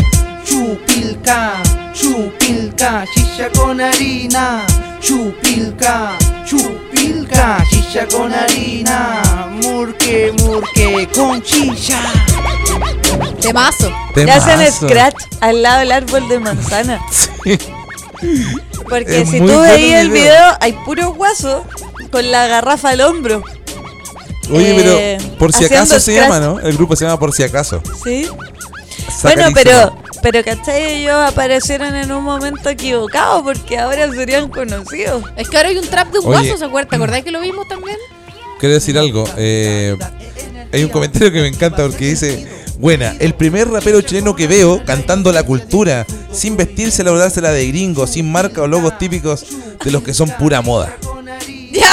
Chupilca, chupilca, chicha con harina. Chupilca, chupilca, chicha con harina. Murque, murque, con chicha.
Temazo.
Le hacen
Temazo.
scratch al lado del árbol de manzana.
Sí.
Porque
Es
si
muy
tú
bueno
veías
el
el
video.
video, hay puro guaso con la garrafa al hombro.
Oye,
Eh,
pero por si
haciendo
acaso se
scratch.
llama, ¿no? El grupo se llama Por si acaso.
¿Sí?
Sacarísimo.
Bueno, pero, pero ¿cachai? Ellos aparecieron en un momento equivocado porque ahora serían conocidos.
Es que ahora hay un trap de un
Oye.
guaso, ¿se acuerdan? ¿Te acordás que lo vimos también?
Quiero decir algo. eh, hay un comentario que me encanta porque dice: Buena, el primer rapero chileno que veo cantando la cultura, sin vestirse, laburársela de gringo, sin marca o logos típicos de los que son pura moda.
Ya.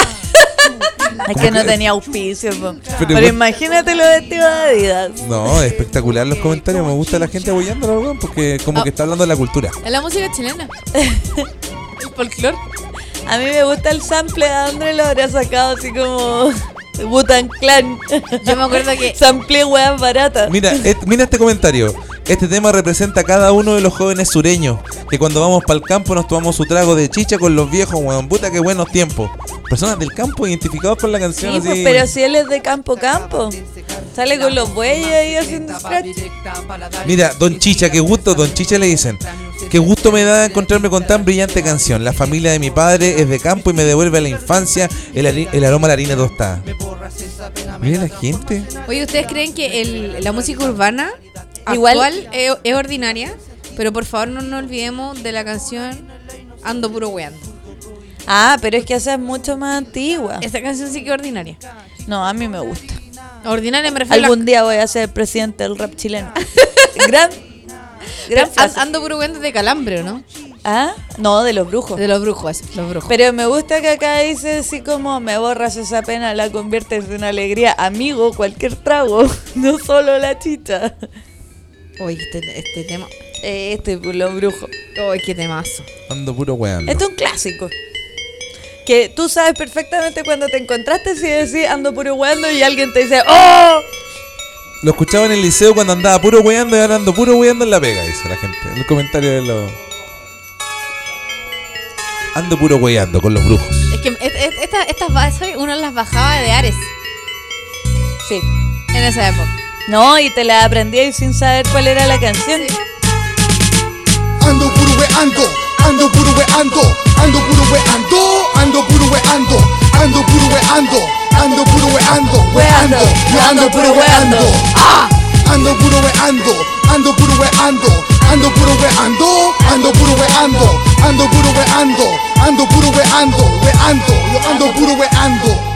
Es que no tenía auspicio. po. Pero,
igual-
imagínate los vestidos de Adidas.
No, espectacular los comentarios. Me gusta la gente apoyándolo, weón, porque como
Ah.
que está hablando de la cultura.
Es la música chilena. El folclore.
A mí me gusta el sample de André, lo habrá sacado así como Butan Clan.
Yo me acuerdo que-
Sample weas baratas.
Mira, et- mira este comentario. Este tema representa a cada uno de los jóvenes sureños que cuando vamos para el campo nos tomamos su trago de chicha con los viejos, weón. Puta, qué buenos tiempos. Personas del campo identificados por la
Sí,
canción.
pues,
así.
pero si él es de campo campo. Sale con los bueyes ahí haciendo scratch.
Mira, Don Chicha, qué gusto, Don Chicha le dicen. Qué gusto me da encontrarme con tan brillante canción. La familia de mi padre es de campo y me devuelve a la infancia el, ari- el aroma a la harina tostada. Mira la gente.
Oye, ¿ustedes creen que el- la música urbana
Igual-
igual es, es ordinaria? Pero por favor no nos olvidemos de la canción Ando Puro Weando.
Ah, pero es que esa es mucho más antigua.
Esta canción sí que es ordinaria.
No, a mí me gusta.
Ordinaria me refiero a la-
Algún día voy a ser presidente del rap chileno. gran gran
Pero an-
frase.
Ando Puro Weando es de Calambre, ¿no?
¿Ah? No, de los brujos.
De los brujos, eso, los brujos.
Pero me gusta que acá dice así como me borras esa pena, la conviertes en alegría. Amigo, cualquier trago, no solo la chicha.
Uy, este, este tema.
Este, los brujos.
Uy, qué temazo.
Ando puro weón.
Este es un clásico. Que tú sabes perfectamente cuando te encontraste si decís ando puro hueando y alguien te dice ¡Oh!
Lo escuchaba en el liceo cuando andaba puro weando y ahora ando puro weando en la pega, dice la gente. En el comentario de los. Ando puro weando con los brujos.
Es que es- es- esta- estas bases uno las bajaba de Ares
Sí.
en esa época.
No, y te la aprendí ahí sin saber cuál era la canción.
Ando puro weando, ando puro weando, ando puro weando, ando puro weando, ando puro weando, ando puro weando, weando, yo ando puro weando, ah, ando puro weando, ando puro weando, ando puro weando, ando puro weando, ando puro weando, ando puro weando, weando, yo ando puro weando.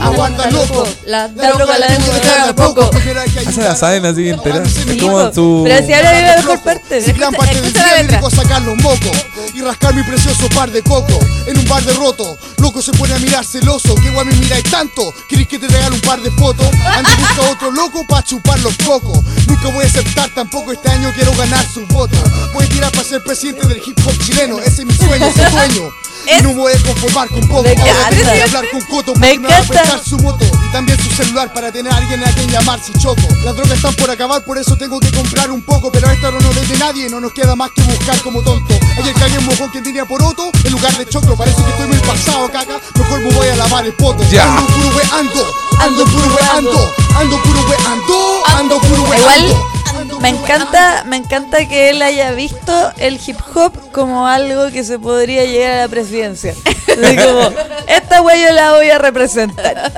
Aguanta loco,
La droga la dejo que te haga poco.
Ah, se la saben así entera. Es
pues.
como tu.
Pero si ahora vive la mejor
Mi
parte.
gran parte del
escucha la
día me
letra.
dedico a sacar los mocos y rascar mi precioso par de coco en un bar de roto. Loco se pone a mirar celoso, que guay me miráis tanto. ¿Querés que te regale un par de fotos? Ando busca otro loco pa' chupar los cocos. Nunca voy a aceptar tampoco este año, quiero ganar su voto. Voy a tirar para ser presidente del hip hop chileno, ese es mi sueño, ese sueño. Y no me voy a conformar con poco.
Me
Ahora tengo que
encanta.
hablar con Coto
Me
porque me va a
encanta.
prestar su moto y también su celular para tener a alguien a quien llamar si choco. Las drogas están por acabar, por eso tengo que comprar un poco, pero esto no nos debe nadie, no nos queda más que buscar como tonto. Ayer cagué en mojón que tenía poroto, en lugar de choclo, parece que estoy muy pasado, caca, mejor me voy a lavar el poto.
Ya.
Ando puro weando, ando puro weando, ando puro weando, ando puro
Igual
weando.
me encanta, me encanta que él haya visto el hip hop como algo que se podría llegar a la presidencia. Así como, esta wey yo la voy a representar.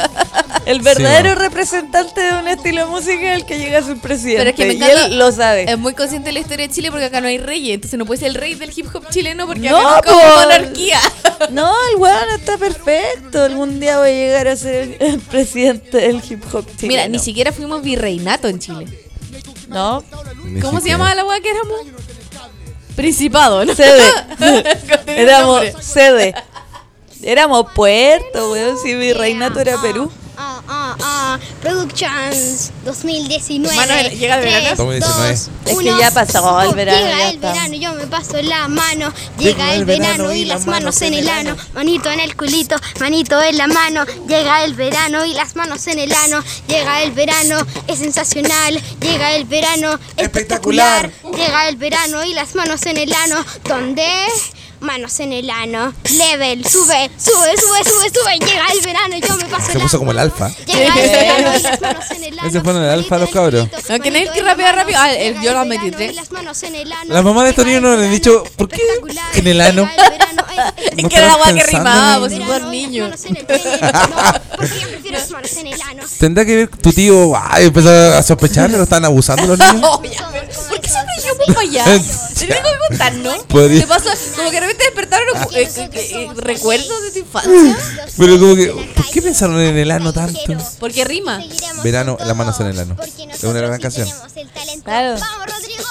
El verdadero
Sí, bueno.
representante de un estilo musical el que llega a ser presidente.
Pero es que me
y
encanta- em-
él lo sabe.
Es muy consciente de la historia de Chile porque acá no hay reyes. Entonces no puede ser el rey del hip hop chileno porque
No,
acá no
po.
como monarquía.
No, el weón está perfecto. Algún día voy a llegar a ser el, el presidente del hip hop chileno.
Mira, ni siquiera fuimos virreinato en Chile.
No,
Ni
¿Cómo se
siquiera.
llamaba la weá que éramos? Principado, ¿no?
sede.
Contiene
Éramos
nombre.
sede. Éramos puerto, weón. Si mi reinato era Perú.
Ah, ah, ah, Productions 2019.
Hermano, llega el verano.
2019.
Dos,
Es que
uno,
ya pasó el
dos.
verano,
Oh, Llega
ya
el
está.
verano, yo me paso la mano. Llega el verano y las manos en el ano. Manito en el culito, manito en la mano. Llega el verano y las manos en el ano. Llega el verano, es sensacional. Llega el verano,
Espectacular.
espectacular. Llega el verano y las manos en el ano. ¿Dónde? Manos en el ano. Level, sube, sube, sube, sube, sube. Llega el verano, yo me paso
Se
la
puso como el alfa.
ese
Ese fueron el alfa los cabros.
No, que nadie que rapea rápido. Ah, el- yo los 23.
La mamá de estos niños no le han dicho, ¿por qué en el ano?
Es
No
que era la
estabas
weá que
pensando,
rimaba,
¿no?
pues un niño.
Tendrá que ver tu tío. Ay, empezó a sospechar que lo están abusando los niños.
Oh, ya, pero ¿Por qué siempre yo voy para allá? Te tengo que contar, ¿no?
Podría-
Te pasó, como que de repente despertaron eh, eh,
Ah,
eh, recuerdos de tu infancia.
Pero como que, ¿por qué pensaron en el ano tanto?
Porque rima.
Verano, las manos en el ano. Es una gran canción.
Claro.
Claro. Vamos, Rodrigo,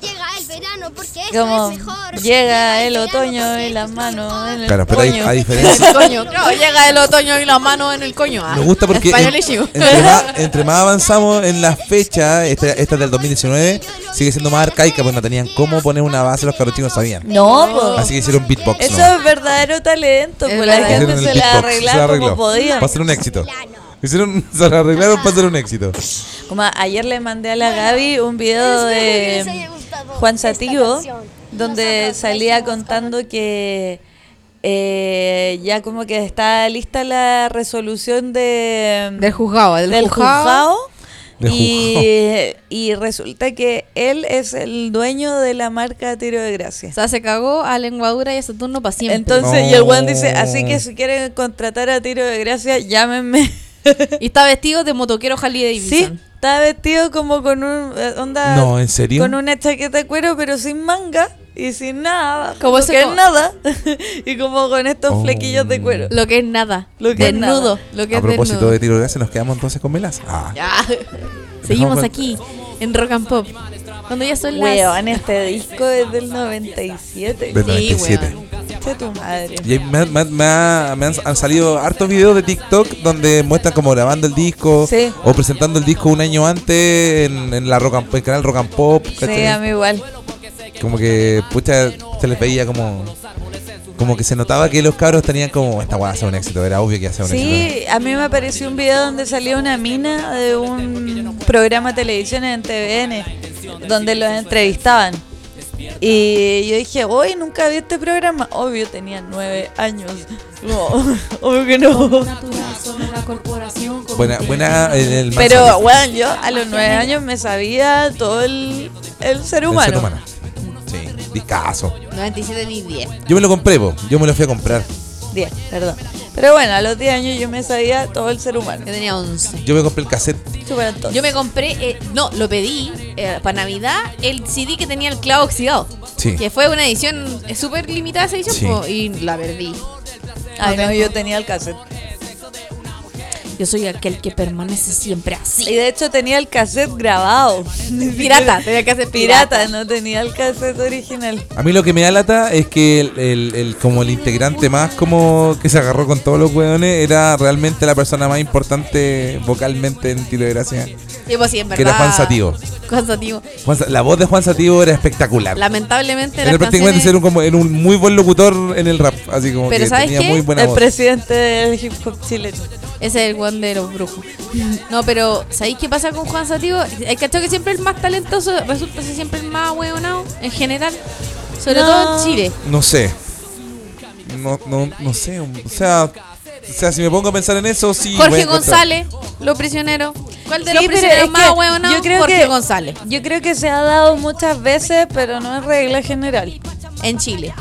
llega el verano porque esto
Como
es mejor.
llega el
verano
otoño
porque
y las
esto es
manos
mejor.
en el
Claro, pero hay,
coño.
hay diferencias.
El coño. Claro, llega el otoño y las manos en el coño. ah.
Me gusta porque en-
Españolísimo.
entre, más, entre más avanzamos en la fecha, esta, esta del 2019, sigue siendo más arcaica porque pues, no tenían cómo poner una base, los carochinos sabían.
No, po.
Así que hicieron beatbox.
Eso
nomás.
es verdadero talento,
Es
pues la
verdadero.
gente
Hicieron
se
el
la
beatbox, se la
arreglaba como
arregló.
podía.
Para hacer un éxito. Hicieron, se la arreglaron para hacer un éxito.
Como ayer le mandé a la Gaby un video de Juan Sativo, donde salía contando que eh, ya como que está lista la resolución de,
Del juzgado, del,
juzgado.
Del
Y, y resulta que él es el dueño de la marca Tiro de Gracia.
O sea, se cagó a lenguadura y a Saturno para siempre.
Entonces, y el weón
No.
dice, así que si quieren contratar a Tiro de Gracia, llámenme.
y está vestido de motoquero Harley
sí,
Davidson.
está vestido como con un eh,
Ah,
onda
No, ¿en serio?
con una chaqueta de cuero, pero sin manga y sin nada,
Como
como
ese
que
co-
es nada y como con estos
Oh.
flequillos de cuero.
Lo que es nada.
Lo que es
desnudo.
nada.
Lo que
A
es
propósito
desnudo.
de tiro de gracia, nos quedamos entonces con Melas. Ah,
Ya. Seguimos
con-
aquí en Rock and Pop. Cuando ya son las.
Weón, este disco es del 97.
Del
Sí,
97.
weón.
Concha tu madre.
Y ahí me, me- me ha- me han, han salido hartos videos de TikTok donde muestran como grabando el disco
Sí.
o presentando el disco un año antes en, en la rock and- el canal Rock and Pop.
Sí,
¿cachai?
a mí igual.
Como que, pucha, se les veía como. Como que se notaba que los cabros tenían como. Esta guada hace un éxito, era obvio que hace un éxito.
Sí, a mí me apareció un video donde salía una mina de un programa de televisión en TVN, donde los entrevistaban. Y yo dije, hoy nunca vi este programa. Obvio, tenía nueve años. No, obvio que no.
Buena, buena en el
Pero,
manso-
bueno, yo a los nueve años me sabía todo el, el ser
del
humano.
ser humano. Sí, discazo.
97 ni 10.
Yo me lo compré, po. yo me lo fui a comprar.
Diez, perdón. Pero bueno, a los diez años yo me sabía todo el ser humano.
Yo tenía 11.
Yo me compré el cassette.
Súper entonces.
Yo me compré, eh, no, lo pedí eh, para Navidad, el CD que tenía el clavo oxidado.
Sí.
Que fue una edición eh, súper limitada esa edición
Sí.
po, y la perdí.
Ay, no, yo tenía el cassette.
Yo soy aquel que permanece
Y
siempre así.
de hecho tenía el cassette grabado.
Pirata, tenía que hacer pirata.
Pirata, no tenía el cassette original.
A mí lo que me da lata es que el, el- el- como el integrante más como que se agarró con todos los hueones era realmente la persona más importante vocalmente en Tiro de Gracia.
Y pues sí, en
Que era
verdad,
Juan Sativo.
Juan Sativo.
Juan Sa- la voz de Juan Sativo era espectacular.
Lamentablemente
Era
las
prácticamente
canciones-
ser un, como, era un muy buen locutor en el rap, así como
Pero
que
¿sabes
tenía
qué?
muy buena
el
voz.
presidente del hip hop chileno.
Ese es el Juan de los brujos. No, pero ¿sabéis qué pasa con Juan Sativo? El cacho que siempre el más talentoso resulta ser siempre el más hueonado en general. Sobre
No.
todo en Chile.
No sé. No, no, no sé. O sea, o sea, si me pongo a pensar en eso, sí. voy a
Jorge
encontrar-
González, los prisioneros. ¿Cuál de
Sí, pero
los prisioneros
es
más
que
hueonados?
yo creo
Jorge
que-
González,
Yo creo que se ha dado muchas veces, pero no es regla general.
en Chile.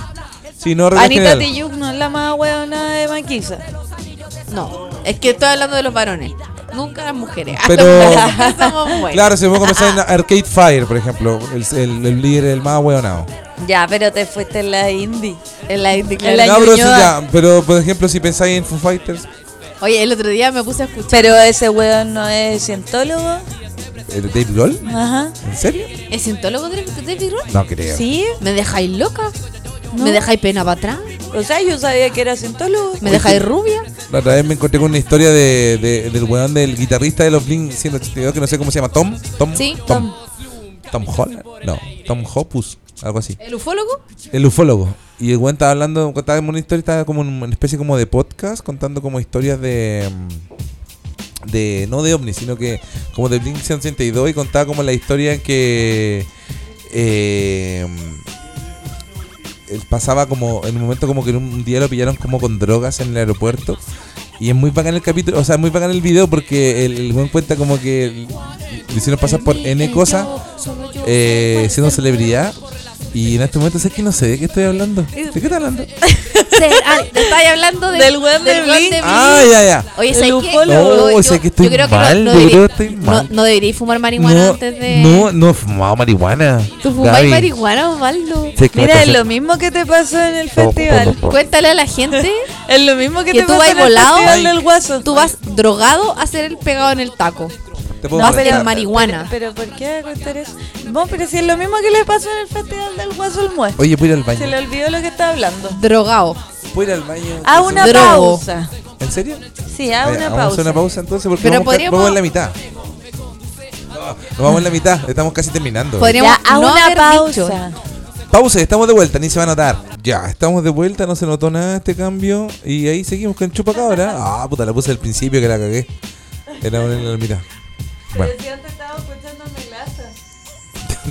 Sí, no, regla
Anita
general.
Tiyuk no es la más hueona de Maquisa.
No, es que estoy hablando de los varones. Nunca las mujeres. A
Pero-
los varones siempre somos buenos. Ah.
Claro, si me pongo a pensar en Arcade Fire, por ejemplo, el, el, el líder, el más hueonado.
Ya, pero te fuiste en la indie.
En la- en
En
la-
la-
No, pero, sí,
ñoñoa.
ya, pero por ejemplo, si pensáis en Foo Fighters,
Oye, el otro día me puse a escuchar.
Pero ese hueón no es cientólogo.
eh, Dave Grohl,
Ajá.
¿en serio?
¿Es cientólogo de David Grohl?
No creo.
Sí,
¿Me dejáis loca?
No.
¿Me dejáis pena para atrás?
o sea, yo sabía que era cientólogo.
¿Me dejáis rubia?
La otra vez me encontré con una historia de, de- del weón del guitarrista de los Blink 182, que no sé cómo se llama, Tom. Tom
Sí,
Tom. Tom Holland. No, Tom Hopus, algo así.
¿El ufólogo?
El ufólogo. Y el weón estaba hablando, contaba una historia, estaba como en una especie como de podcast, contando como historias de. mm, de no de ovnis, sino que como de Blink 182 y contaba como la historia en que. eh, él eh, pasaba como en un momento como que en un día lo pillaron como con drogas en el aeropuerto y es muy bacán el capítulo, o sea, es muy bacán el video porque el, el weón cuenta como que le hicieron pasar por N cosas eh, siendo celebridad y en este momento sé que no sé de qué estoy hablando. ¿De qué estás hablando?
Ah, te estáis hablando del,
Del weón de
weón
Blink.
Ah, ya, ya.
Oye,
El
¿sabes qué?
ufólogo.
No, sé que estoy mal, yo creo que estoy
no-
mal.
no debería fumar marihuana
No,
antes de...
no, no he fumado marihuana.
¿Tú fumáis
Gaby.
marihuana, Osvaldo?
Sí, que me
Mira, es
pasé-
lo mismo que te pasó en el festival.
Cuéntale a la gente
Es lo mismo que,
que
te
tú
pasó
vas
en el
volado,
festival del guaso.
tú vas drogado a hacer el pegado en el taco.
Te puedo
No a
molestar.
hacer marihuana.
Pero ¿por qué contar eso? No, pero si es lo mismo que le pasó en el festival del Guaso al Mue.
Oye, voy a ir al
Se le
baño.
olvidó lo que está hablando.
Drogado.
Voy a ir al baño.
Ah,
A una
Drogo.
pausa.
¿En serio?
Sí, a
Vaya,
una
Eh, vamos a hacer
pausa.
una pausa entonces porque
Pero
vamos, ca-
podríamos-
vamos en la mitad. No, no vamos en la mitad, estamos casi terminando.
Podríamos
Ya, a
no
una
haber
pausa.
Pausa, estamos de vuelta, ni se va a notar. Ya, estamos de vuelta, no se notó nada este cambio. Y ahí seguimos con Chupacabra. Ah, puta, la puse al principio que la cagué. Era una en la mitad. Bueno,
Yo te estaba escuchando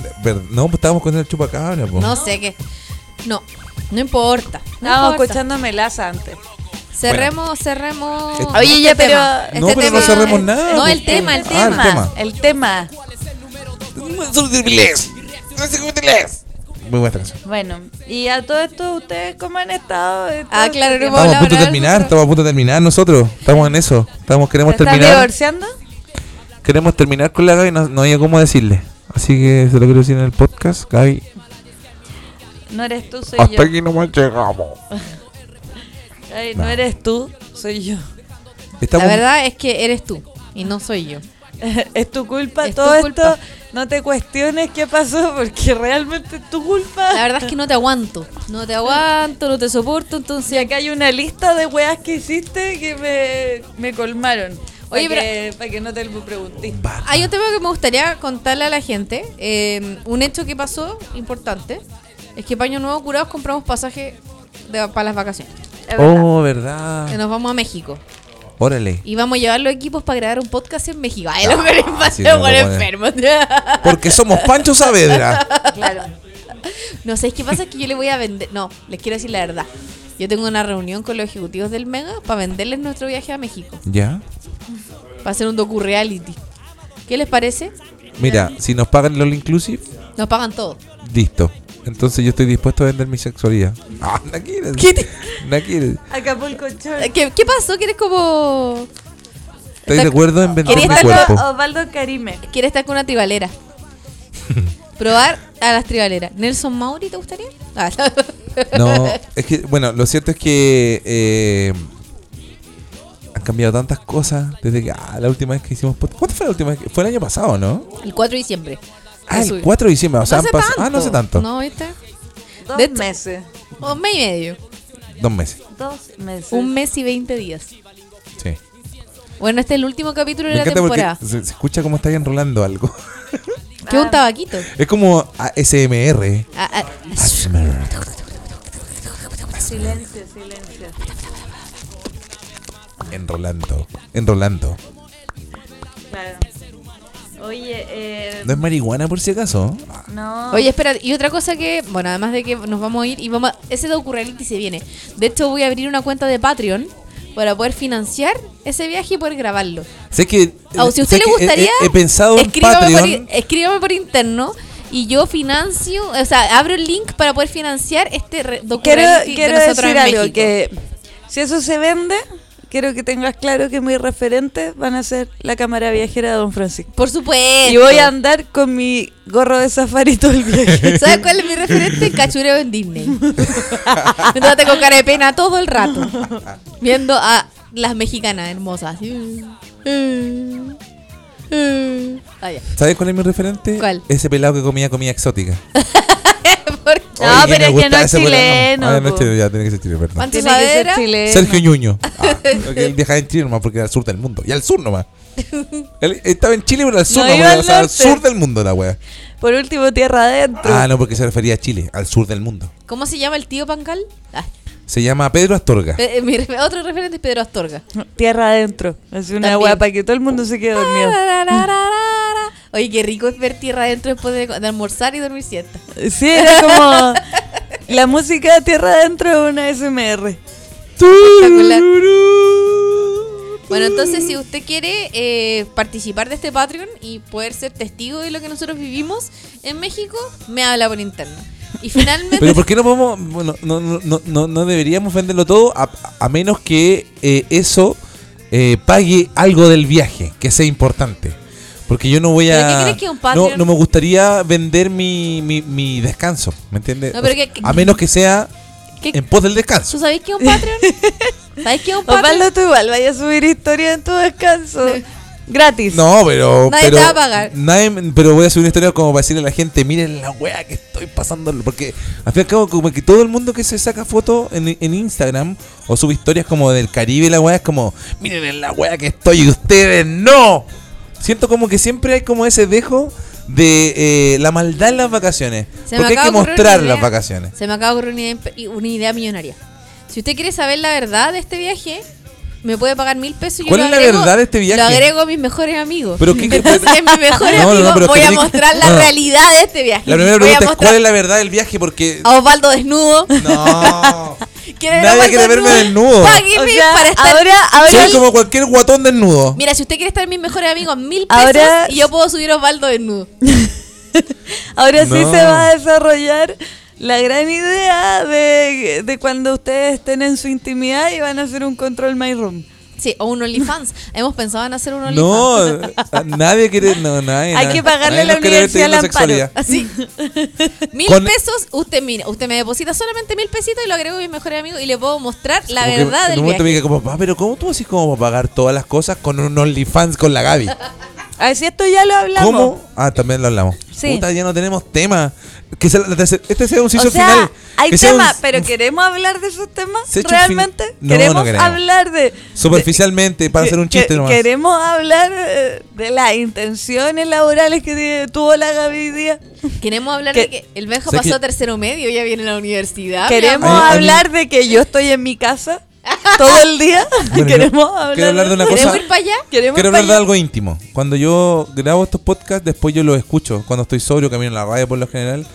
ver- no, pues estábamos con el Chupacabra, po.
No sé qué. No, no importa.
Estábamos
No importa. Ah,
escuchando Melaza antes.
Cerremos, cerremos.
Este-
Oye, ya,
Este
pero-
tema.
No, pero no
Este tema-
cerremos nada,
No,
pues.
el tema, el
Ah,
tema.
el tema.
El tema.
Muy buena esta canción.
Bueno, y a todo esto, ¿ustedes cómo han estado?
Ah, claro, no
Estamos a punto de
hablar
terminar,
nosotros.
estamos a punto de terminar nosotros. Estamos en eso. Estamos, queremos
¿Están
terminar.
divorciando?
Queremos terminar con la Gaby, no, no había cómo decirle. Así que se lo quiero decir en el podcast, Gaby.
No eres tú, soy
Hasta
yo.
aquí nomás llegamos.
Ay, no eres tú, soy yo.
Estamos
La verdad es que eres tú y no soy yo.
es tu culpa
Es tu
todo
culpa.
esto. No te cuestiones qué pasó porque realmente es tu culpa.
La verdad es que no te aguanto. No te aguanto, no te soporto,
Y
entonces.
acá hay una lista de weas que hiciste que me, me colmaron.
Oye,
Oye,
pero-
para que, pa' que no te lo pregunté.
Hay un tema que me gustaría contarle a la gente. eh, un hecho que pasó importante es que para Año Nuevo Curados compramos pasaje de- para las vacaciones.
Oh,
Que
verdad.
nos vamos a México.
Órale.
Y vamos a llevar los equipos para grabar un podcast en México. Ay, los
sí, no, no, no.
enfermos.
Porque somos Pancho Saavedra.
No sé, es que pasa que yo le voy a vender. No, les quiero decir la verdad. Yo tengo una reunión con los ejecutivos del Mega para venderles nuestro viaje a México.
¿Ya?
Para hacer un docu reality. ¿Qué les parece?
Mira, si nos pagan el All Inclusive,
Nos pagan todo.
listo. Entonces yo estoy dispuesto a vender mi sexualidad. Ah, no quieres. ¿Qué
Acapulco Shore.
¿Qué, qué pasó? ¿Quieres como.?
¿Estáis de acuerdo en vender mi
Quería estar
cuerpo?
Ah, Osvaldo Karime.
¿Quieres estar con una tribalera? Probar a las tribaleras. ¿Nelson Mauri te gustaría? Ah,
No, es que, bueno, lo cierto es que eh, han cambiado tantas cosas desde que ah, la última vez que hicimos podcast. ¿Cuándo fue la última vez? que- Fue el año pasado, ¿no?
El 4 de diciembre.
Ah, el
Subí.
4 de diciembre. O sea,
no
han
hace
pasado.
tanto.
Ah, no hace tanto.
No, ¿viste?
Dos
De hecho-
meses.
Un mes y medio.
Dos meses.
Dos meses.
Un mes y 20 días.
Sí.
Bueno, este es el último capítulo de
Me
la
encanta
temporada.
porque se, se escucha como estáis enrolando algo.
¿Qué un tabaquito?
Es como SMR.
Ah, ah,
Silencio, silencio.
Enrolando. Enrolando.
Claro. Oye, eh,
¿No es marihuana por si acaso?
no.
Oye, espera, y otra cosa que, bueno, además de que nos vamos a ir y vamos a- ese docu-reality se viene. De hecho, voy a abrir una cuenta de Patreon para poder financiar ese viaje y poder grabarlo.
Sé que.
Ah, si a
Eh, sé
usted le
que he-
gustaría,
He, he pensado en
escríbame Por,
Patreon.
in- escríbame por interno y yo financio, o sea, abro el link para poder financiar este re-
Quiero,
docu-reality
quiero
de nosotros
decir
en
algo,
México.
que si eso se vende, quiero que tengas claro que mis referentes van a ser la cámara viajera de Don Francisco.
Por supuesto.
Y voy a andar con mi gorro de safari todo el viaje.
¿Sabes cuál es mi referente? Cachureo en Disney. Entonces tengo cara de pena todo el rato. Viendo a las mexicanas hermosas. Ah, ya.
¿Sabes cuál es mi referente?
¿Cuál?
Ese pelado que comía comida exótica.
Porque
No,
Oye,
pero
me
es que
gusta
no es
ese programa.
chileno,
Ah, no es
po.
chileno, ya tiene que ser chileno, perdón.
Pancho
Tiene que ser
Saavedra.
chileno.
Sergio Ñuño. Ah, porque él viajaba en Chile nomás porque era al sur del mundo. Y al sur nomás. Él estaba en Chile, pero al sur
No,
nomás.
iba al
o sea, al
norte.
sur del mundo la wea.
Por último, tierra adentro.
Ah, no, porque se refería a Chile, al sur del mundo.
¿Cómo se llama el tío Pancal? Ah,
Se llama Pedro Astorga.
eh, eh, mi refe- otro referente es Pedro Astorga.
Tierra adentro. Es una
También. Ah.
guapa que todo el mundo se quede dormido.
Tararararara. Oye, qué rico es ver tierra adentro después de, de almorzar y dormir siesta.
Sí, era como. La música de tierra adentro es una SMR.
Espectacular. Bueno, entonces si usted quiere eh, participar de este Patreon y poder ser testigo de lo que nosotros vivimos en México, me habla por interno. Y finalmente...
Pero ¿por qué no podemos, bueno, no, no, no, no, no deberíamos venderlo todo a, a menos que eh, eso eh, pague algo del viaje, que sea importante? Porque yo no voy
¿Pero
a...
qué crees que un Patreon-
no, no me gustaría vender mi, mi, mi descanso, ¿me entiendes?
No, pero
O sea,
que-
a menos que sea
¿Qué-
en pos del descanso.
¿Tú sabéis qué es un Patreon? ¿Sabéis qué es un Patreon?
Osvaldo, tú igual vaya a subir historia en tu descanso. Gratis.
No, pero.
Nadie te
pero-
va a pagar.
nadie- pero voy a subir una historia como para decirle a la gente: miren la wea que estoy pasando. Porque al fin y al cabo, como que todo el mundo que se saca fotos en, en Instagram o sube historias como del Caribe, la wea es como: miren la wea que estoy y ustedes no. Siento como que siempre hay como ese dejo de eh, la maldad en las vacaciones.
Se me
porque hay
acaba
que
de ocurrir
mostrar
una
las
idea.
vacaciones.
Se me acaba de ocurrir una idea, imp- una idea millonaria. Si usted quiere saber la verdad de este viaje, me puede pagar mil pesos. y yo
¿Cuál
lo
es la
agrego-
verdad de este viaje?
Lo agrego a mis mejores amigos.
Pero qué-
Entonces, a mis mejores
No, no, no,
amigos
pero es que
voy a
tenés que-
mostrar la
no, no.
realidad de este viaje.
La primera
voy a
pregunta es:
mostrar Oh.
¿cuál es la verdad del viaje? Porque.
a Osvaldo desnudo.
No.
¿Quiere ver
Nadie
a Osvaldo
quiere verme desnudo.
Págueme
O sea,
para estar.
ahora, ahora,
Soy como cualquier guatón desnudo.
Mira, si usted quiere estar mis mejores amigos, mil pesos
Ahora-
y yo puedo subir a Osvaldo desnudo.
ahora sí
No.
se va a desarrollar la gran idea de, de cuando ustedes estén en su intimidad y van a hacer un control my room.
Sí, o un OnlyFans. Hemos pensado en hacer un OnlyFans.
No, nadie quiere. No, nadie.
Hay
nadie-
que pagarle
nadie
la
nos quiere ver
universidad
teniendo
al amparo.
sexualidad.
Así. Mil
Con-
pesos, usted mira, usted me deposita solamente mil pesitos y lo agrego a mis mejores amigos y le puedo mostrar la
Como que
verdad
en
del
un momento
viaje.
me dije como, papá, pero ¿cómo tú así como para pagar todas las cosas con un OnlyFans con la Gaby?
A ver si esto ya lo hablamos.
¿Cómo? Ah, también lo hablamos.
Sí.
Puta, ya no tenemos tema. Que sea la tercera- este sea un
O
sitio
sea,
final.
hay
Que sea un-
temas,
un-
pero ¿queremos hablar de esos temas
Se ha hecho un fin-
realmente?
No, no
¿Queremos
queremos.
hablar de...?
Superficialmente, para
que-
hacer un chiste
que-
nomás.
¿Queremos hablar eh, de las intenciones laborales que tiene- tuvo la Gaby hoy día?
Queremos hablar
Que-
de que el Benja
Sé que-
pasó a tercero medio y ya viene a la universidad.
¿Queremos
Hay- hay-
hablar de que yo estoy en mi casa todo el día?
Bueno, yo
¿Queremos hablar,
quiero hablar de una
eso?
cosa-
¿Queremos ir para allá?
¿Queremos
Quiero
pa'
hablar de
allá?
algo íntimo. Cuando yo grabo estos podcasts, después yo los escucho. Cuando estoy sobrio, camino en la radio por lo general.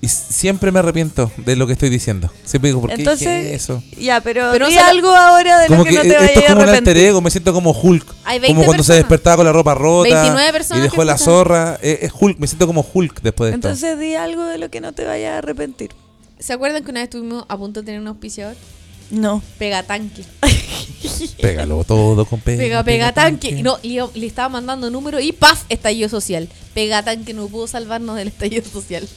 Y s- siempre me arrepiento de lo que estoy diciendo. Siempre digo, ¿por qué
Entonces,
dije eso?
ya, pero,
Pero
di
no se lo-
algo ahora de
Como
lo
que, e-,
que, no te
esto es
vayas a
como un alter
arrepentir.
ego, me siento como Hulk.
Hay 20
Como cuando se
personas.
despertaba con la ropa rota
29
y
personas
dejó
que
la
escuchan.
zorra. Eh, Es Hulk, me siento como Hulk después de esto.
Entonces di algo de lo que no te vayas a arrepentir.
¿Se acuerdan que una vez estuvimos a punto de tener un auspiciador?
No.
Pega tanque.
Pégalo todo con pega.
Pega, pega tanque. No, y yo le estaba mandando número y ¡paf! Estallido social. Pega tanque no pudo salvarnos del estallido social.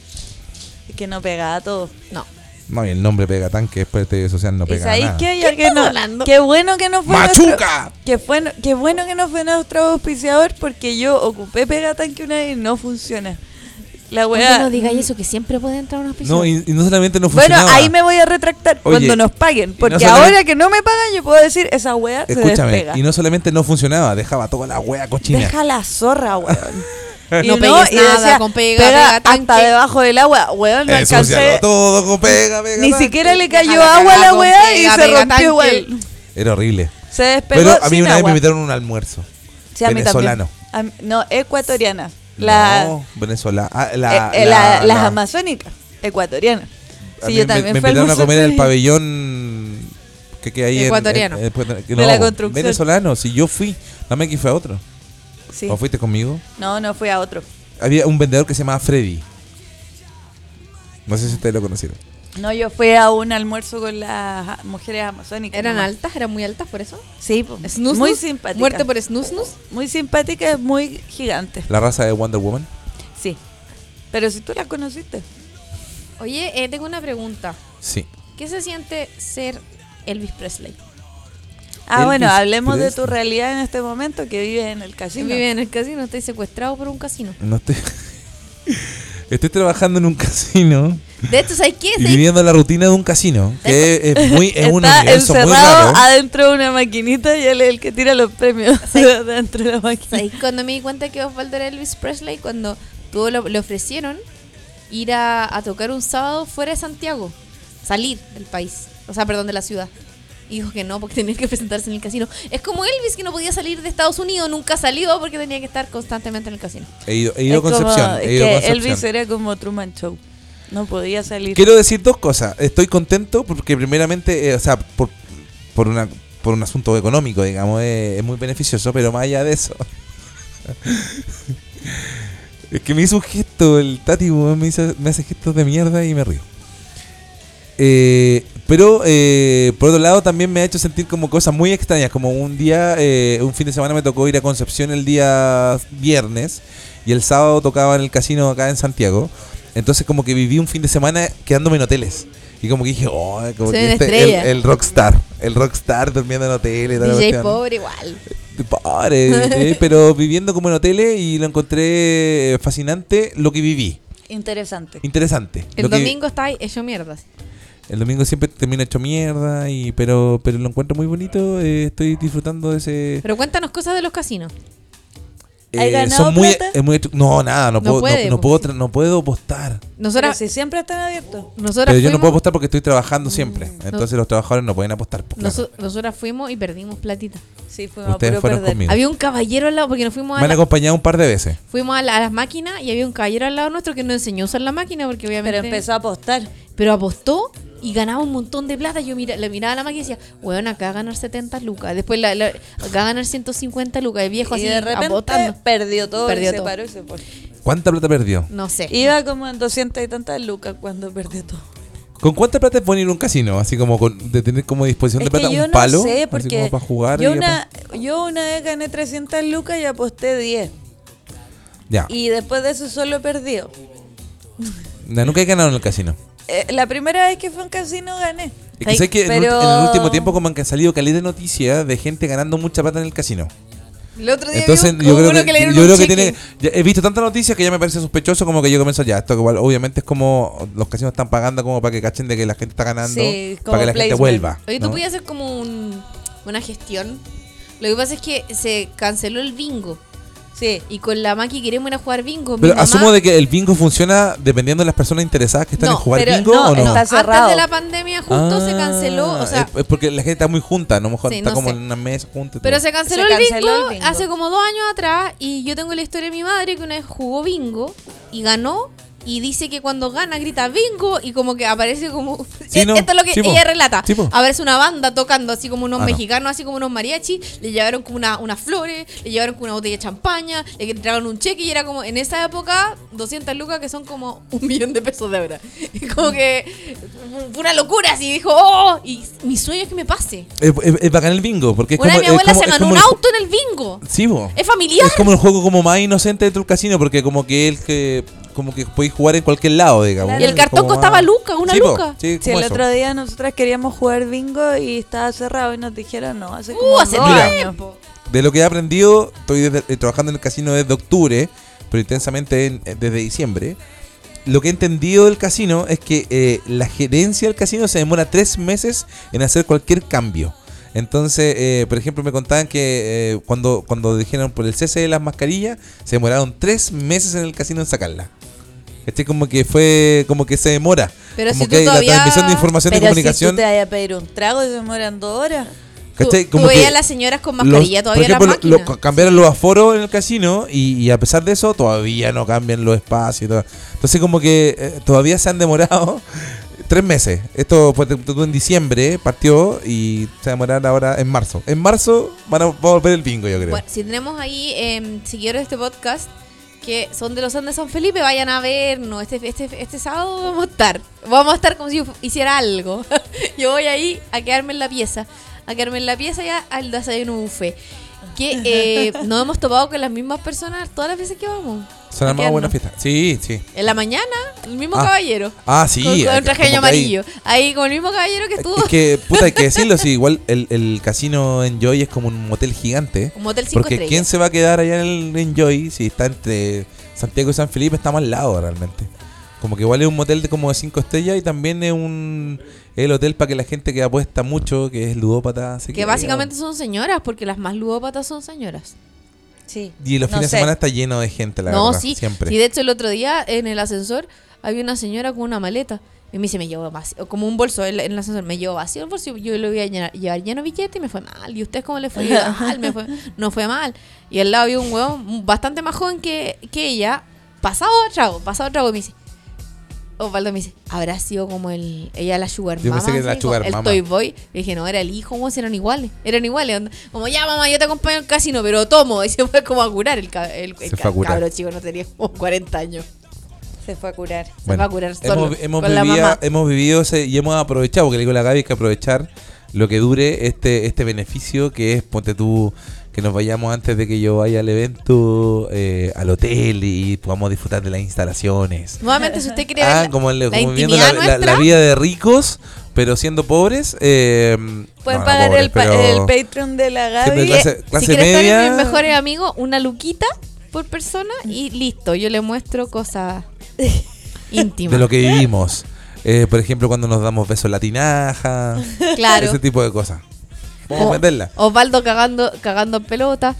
Es que no pegaba todo.
No.
No, y el nombre pega tanque, después de social no
¿Y
pega
sabéis
nada.
qué? Ya
¿Qué
que
estás
no-
hablando?
qué bueno que no fue
¡Machuca!
nuestro- que fue, qué bueno que no fue nuestro auspiciador porque yo ocupé Pegatanque una vez y no funciona. La
Oye,
weá.
no digáis eso, que siempre puede entrar un
No,
auspiciador.
y, y no solamente no
Bueno,
funcionaba.
ahí me voy a retractar
Oye,
cuando nos paguen.
no
Porque
solamente-
ahora que no me pagan, yo puedo decir, esa weá se
Escúchame,
despega.
y no solamente no funcionaba, dejaba toda la wea cochina.
Deja la zorra, weón. Y
No pegues nada con pega, pega tanque.
hasta debajo del agua. Weón, no
Ensúcialo
alcancé.
Eh, todo con pega, pega.
Ni
tanque.
siquiera le cayó
Deja la
agua a
cagá
la
con
weá y
pega,
se
pega
rompió
tanque.
igual.
Era horrible.
Se despegó
Pero a mí
sin
una vez me
agua.
invitaron a un almuerzo.
Sí, a mí
venezolano.
también. A mí- no, ecuatoriana. La,
No, venezolana. Ah,
eh,
la,
eh, la- las
la-
amazónicas, ecuatorianas.
a mí
Sí, yo
me-
también
Me,
fui al
invitaron a
Museo
comer en el
Sevilla.
pabellón que, que hay en-
Ecuatoriano.
en- en- en-
De la construcción.
Venezolano, si yo fui, no me fue a otro.
Sí.
¿O fuiste conmigo?
No, no fui a otro.
Había un vendedor que se llamaba Freddy. No sé si ustedes lo conocieron.
No, yo fui a un almuerzo con las mujeres amazónicas.
Eran
nomás.
altas, eran muy altas por eso.
Sí, po.
Snus,
muy
snus,
simpática.
Muerte por snus, snus.
Muy simpática, es muy gigante.
La raza de Wonder Woman.
Sí. Pero si tú las conociste.
Oye, eh, tengo una pregunta.
Sí.
¿Qué se siente ser Elvis Presley?
Ah,
Elvis
bueno, hablemos de
Presley.
tu realidad en este momento que vives en el casino.
Vive en el casino, estoy secuestrado por un casino.
No estoy. Estoy trabajando en un casino
De hecho, ¿sabes qué?
y
¿Sabes
viviendo la rutina de un casino. Que es muy. Es un
Está
universo muy
encerrado
raro.
adentro de una maquinita y él es el que tira los premios dentro de la máquina.
¿Sabes cuando me di cuenta que Osvaldo era Elvis Presley? Cuando tuvo lo- le ofrecieron ir a, a tocar un sábado fuera de Santiago, salir del país, o sea, perdón, de la ciudad. Y dijo que no, porque tenía que presentarse en el casino. Es como Elvis que no podía salir de Estados Unidos, nunca salió porque tenía que estar constantemente en el casino.
He ido, he ido a
Es como-
Concepción.
es
He ido a
que
Concepción.
Elvis era como Truman Show. No podía salir.
Quiero decir dos cosas. Estoy contento porque primeramente, eh, o sea, por, por, una, por un asunto económico, digamos, eh, es muy beneficioso, pero más allá de eso. es que me hizo un gesto, el Tati weón, me, hizo- me hace gestos de mierda y me río. Eh, pero eh, por otro lado también me ha hecho sentir como cosas muy extrañas, como un día, eh, un fin de semana me tocó ir a Concepción el día viernes y el sábado tocaba en el casino acá en Santiago. Entonces como que viví un fin de semana quedándome en hoteles. Y como que dije, oh, como
Soy
que
una
el,
estrella.
el rockstar, el rockstar durmiendo en hoteles. y toda la
DJ
cuestión.
pobre igual.
Pobre, eh, pero viviendo como en hoteles y lo encontré eh, fascinante lo que viví.
Interesante.
Interesante.
El
Lo que-
domingo está ahí hecho mierdas.
el domingo siempre termino hecho mierda, y, pero, pero lo encuentro muy bonito. eh, estoy disfrutando de ese.
Pero cuéntanos cosas de los casinos.
¿Hay
eh,
ganado
muy,
plata? pues.
es muy- no, nada, no,
No
puedo,
puede,
no, no
po.
puedo, tra- no puedo apostar.
Pero
Nosotras,
si siempre están abiertos.
nosotras
Pero yo no
fuimos-
puedo apostar porque estoy
Mm,
trabajando siempre. Entonces los trabajadores no pueden apostar. po, claro.
noso- nosotras fuimos y perdimos platita.
Sí, fuimos a
Ustedes
puro
fueron
perder.
conmigo.
Había un caballero al lado, porque nos fuimos
Me
a
han
la-
acompañado un par de veces.
Fuimos a, la- a las máquinas y había un caballero al lado nuestro que nos enseñó a usar la máquina porque obviamente...
Pero empezó a apostar.
Pero apostó y ganaba un montón de plata. Yo mira, le miraba a la máquina y decía, weón, acá va a ganar 70 lucas. Después la, la- acá va a ganar 150 lucas. El viejo
Y
así
de repente
apostando.
perdió todo
Perdió
y se
todo.
paró y se fue.
¿Cuánta plata perdió?
No sé.
Iba como en 200 y tantas lucas cuando perdió todo.
¿Con cuánta plata es poner un casino? Así como con- de tener como disposición de
Es que
plata
yo
un palo.
no sé,
así
porque
como para jugar.
yo,
y
una, yo una vez gané 300 lucas y aposté 10.
Ya.
Y después de eso solo perdí.
No, nunca he ganado en el casino.
Eh, la primera vez que fue a un casino gané.
Es que sé que en,
Pero-
ul- en el último tiempo como que han salido calidad de noticias de gente ganando mucha plata en el casino.
El otro día
Entonces,
vimos
yo
como
creo
uno
que,
le dieron
yo
un
creo que
cheque.
tiene. ya he visto tantas noticias que ya me parece sospechoso como que yo comienzo ya. Esto que igual, obviamente, es como los casinos están pagando como para que cachen de que la gente está ganando,
Sí, como
para que la gente
placement.
vuelva.
Oye,
¿no?
tú podías hacer como un- una gestión. Lo que pasa es que se canceló el bingo.
Sí.
Y con la Maki queremos ir a jugar bingo. Mi
Pero
mamá-
asumo de que el bingo funciona dependiendo de las personas interesadas que están
No,
en jugar
pero
bingo
no,
o no.
está cerrado.
Antes de la pandemia justo se
Ah,
canceló. O sea,
es, es porque la gente está muy junta, ¿no? A lo mejor
Sí,
está
no
como
sé.
en una mesa junta. y
Pero
todo.
se canceló,
Se
el,
canceló
bingo
el bingo.
hace como dos años atrás y yo tengo la historia de mi madre que una vez jugó bingo y ganó y dice que cuando gana grita bingo y como que aparece como... e-,
Sí, no,
Esto es lo que
sí, po.
ella relata.
Sí, po.
aparece una banda tocando así como unos
Ah, no.
mexicanos, así como unos mariachis, le llevaron como una, unas flores, le llevaron como una botella de champaña, le entregaron un cheque y era como en esa época 200 lucas que son como un millón de pesos de ahora. Y como que fue una locura así, dijo, oh, y mi sueño es que me pase.
Es, es- es bacán el bingo, porque es
Una
como.
de mi
es
abuela
como-
se
es
ganó
como
un
el ju-
auto en el bingo.
Sí, vos.
Es familiar.
Es como el juego como más inocente dentro del casino, porque como que el que como que podéis jugar en cualquier lado, digamos.
Y el cartón
Como
costaba lucas, una
Sí, po,
luca.
Sí,
Si
como
el
eso.
otro día nosotras queríamos jugar bingo y estaba cerrado y nos dijeron no, hace como
Uh, hace
dos
Mira.
años.
tiempo.
De lo que he aprendido, estoy desde- eh, trabajando en el casino desde octubre, pero intensamente en- eh, desde diciembre. Lo que he entendido del casino es que eh, la gerencia del casino se demora tres meses en hacer cualquier cambio. Entonces, eh, por ejemplo, me contaban que eh, cuando, cuando dijeron por el cese de las mascarillas, se demoraron tres meses en el casino en sacarlas. Este como que fue, como que se demora.
Pero
como
si tú
que hay
todavía-
la transmisión de información y
Pero si
comunicación.
tú te vayas a pedir un trago y se demoran dos horas.
¿cachai?
Tú-
Como
tú
que-
veías a las señoras con mascarilla
los-
todavía en
por
la
ejemplo,
máquina.
lo- lo- cambiaron los aforos en el casino y, y a pesar de eso todavía no cambian los espacios. y todo. Entonces como que eh, todavía se han demorado tres meses. Esto pues, tú- tú en diciembre partió y se demoraron ahora en marzo. En marzo van a, va a volver el bingo, yo creo.
Bueno, si tenemos ahí eh, seguidores de este podcast que son de los Andes San Felipe, vayan a vernos. Este, este, este sábado vamos a estar. Vamos a estar como si yo fu- hiciera algo. yo voy ahí a quedarme en la pieza. A quedarme en la pieza ya al desayuno buffet. Que eh, nos hemos topado con las mismas personas todas las veces que vamos.
Son
a
armadas
quedarnos.
buenas fiestas. Sí, sí.
En la mañana, el mismo
Ah.
caballero.
Ah, sí.
con, con
acá,
un traje
como que
de
hay-
amarillo. Ahí con el mismo caballero que estuvo.
Es que, puta, hay que decirlo, sí, igual el, el casino Enjoy es como un motel gigante.
Un motel cinco
Porque
estrellas.
¿quién se va a quedar allá en el Enjoy si está entre Santiago y San Felipe? Está más al lado realmente. Como que igual es un motel de como de 5 estrellas y también es un el hotel para que la gente que apuesta mucho, que es ludópata. así
Que básicamente son señoras, porque las más ludópatas son señoras.
Sí.
Y los
No
fines
sé.
de semana está lleno de gente, la
no,
verdad.
sí.
Siempre.
Sí, de hecho, el otro día en el ascensor había una señora con una maleta. Y me dice, me llevo vacío, como un bolso en la- en el ascensor, me llevo vacío el bolso, yo lo voy a llenar- llevar lleno de billetes y me fue mal. ¿Y ustedes cómo le fue? Y yo, mal, me fue, no fue mal. Y al lado había un huevón bastante más joven que, que ella, pasado a trago, pasado a trago, y me dice, Osvaldo me dice, habrá sido como el, ella la sugar
Yo
mama,
pensé que era la
así, como
sugar
el
mama.
toy boy. Le dije, no, era el hijo, weón, si eran iguales, eran iguales. onda. Como, ya mamá, yo te acompaño al casino, pero tomo. Y se fue como a curar el, ca- el, el
Se
ca-
fue a curar.
cabro chico, no tenía como 40 años.
Se fue a curar.
se va a curar solo,
hemos, hemos
con la
vivido- e-,
mamá.
hemos vivido ese- y hemos aprovechado, porque le digo a la Gaby que aprovechar lo que dure este, este beneficio que es, ponte tú, que nos vayamos antes de que yo vaya al evento, eh, al hotel y podamos disfrutar de las instalaciones.
Nuevamente, si usted quiere ver
Ah,
la-
como, el-
la
como viviendo la,
intimidad
la- la
nuestra,
vida de ricos, pero siendo pobres. eh,
Pueden
no, no
pagar
pobres,
el, pa-
pero
el Patreon de la
siempre
Gaby.
clase, clase
si quiere
media.
estar en mis mejores amigos, una luquita por persona y listo, yo le muestro cosas
de
íntimas.
lo que vivimos. Eh, por ejemplo, cuando nos damos besos en la tinaja.
Claro.
Ese tipo de cosas. Vamos
O-
a meterla.
Osvaldo cagando, cagando en pelota.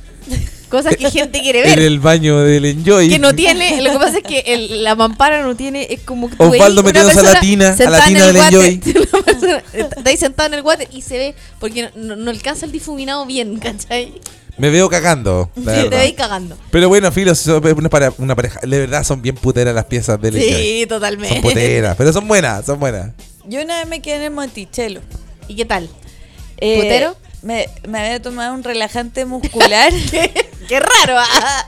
Cosas que gente quiere
En
ver.
el baño del Enjoy.
Que no tiene, lo que pasa es que el- la mampara no tiene, es como que tú
Osvaldo
veis una
metiéndose a la
persona
tina, a la
sentada en
tina
el
del
water.
Enjoy.
Una persona Está ahí sentada en el water y se ve, porque no, no alcanza el difuminado bien, ¿cachai?
Me veo cagando. la
Sí, te
verdad.
veis cagando.
Pero bueno, filos, son una, para, una pareja. De verdad son bien puteras las piezas del Enjoy.
Sí,
Son
totalmente.
puteras, pero son buenas, son buenas.
Yo una vez me quedé en el Monticello.
¿Y qué tal?
Eh,
¿Putero?
Me, me había tomado un relajante muscular.
Qué raro. ah.